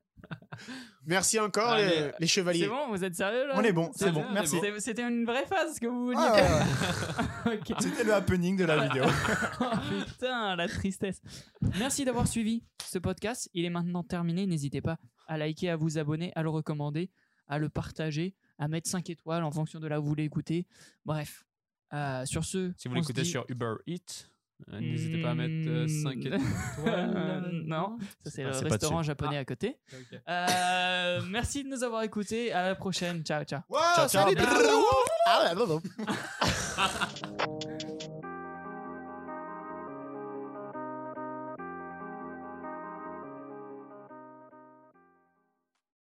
Merci encore, Allez, les, les chevaliers. C'est bon, vous êtes sérieux là On est bon, C'est c'est bon, bon, on est merci. C'était- C'était une vraie phase que vous vouliez. Ah, ouais, ouais. Ok. C'était le happening de la vidéo. Oh, putain, la tristesse. Merci d'avoir suivi ce podcast. Il est maintenant terminé. N'hésitez pas à liker, à vous abonner, à le recommander, à le partager, à mettre 5 étoiles en fonction de là où vous l'écoutez. Bref, Euh, sur ce, Si vous on se l'écoutez dit- sur Uber Eats, euh, n'hésitez pas à mettre 5 Mm. étoiles. Euh, Non, ça Ah, c'est le c'est pas restaurant japonais à côté. Ok. Euh, merci de nous avoir écoutés. À la prochaine. Ciao, ciao. Wow, salut Brrr. Ah ouais, non, non.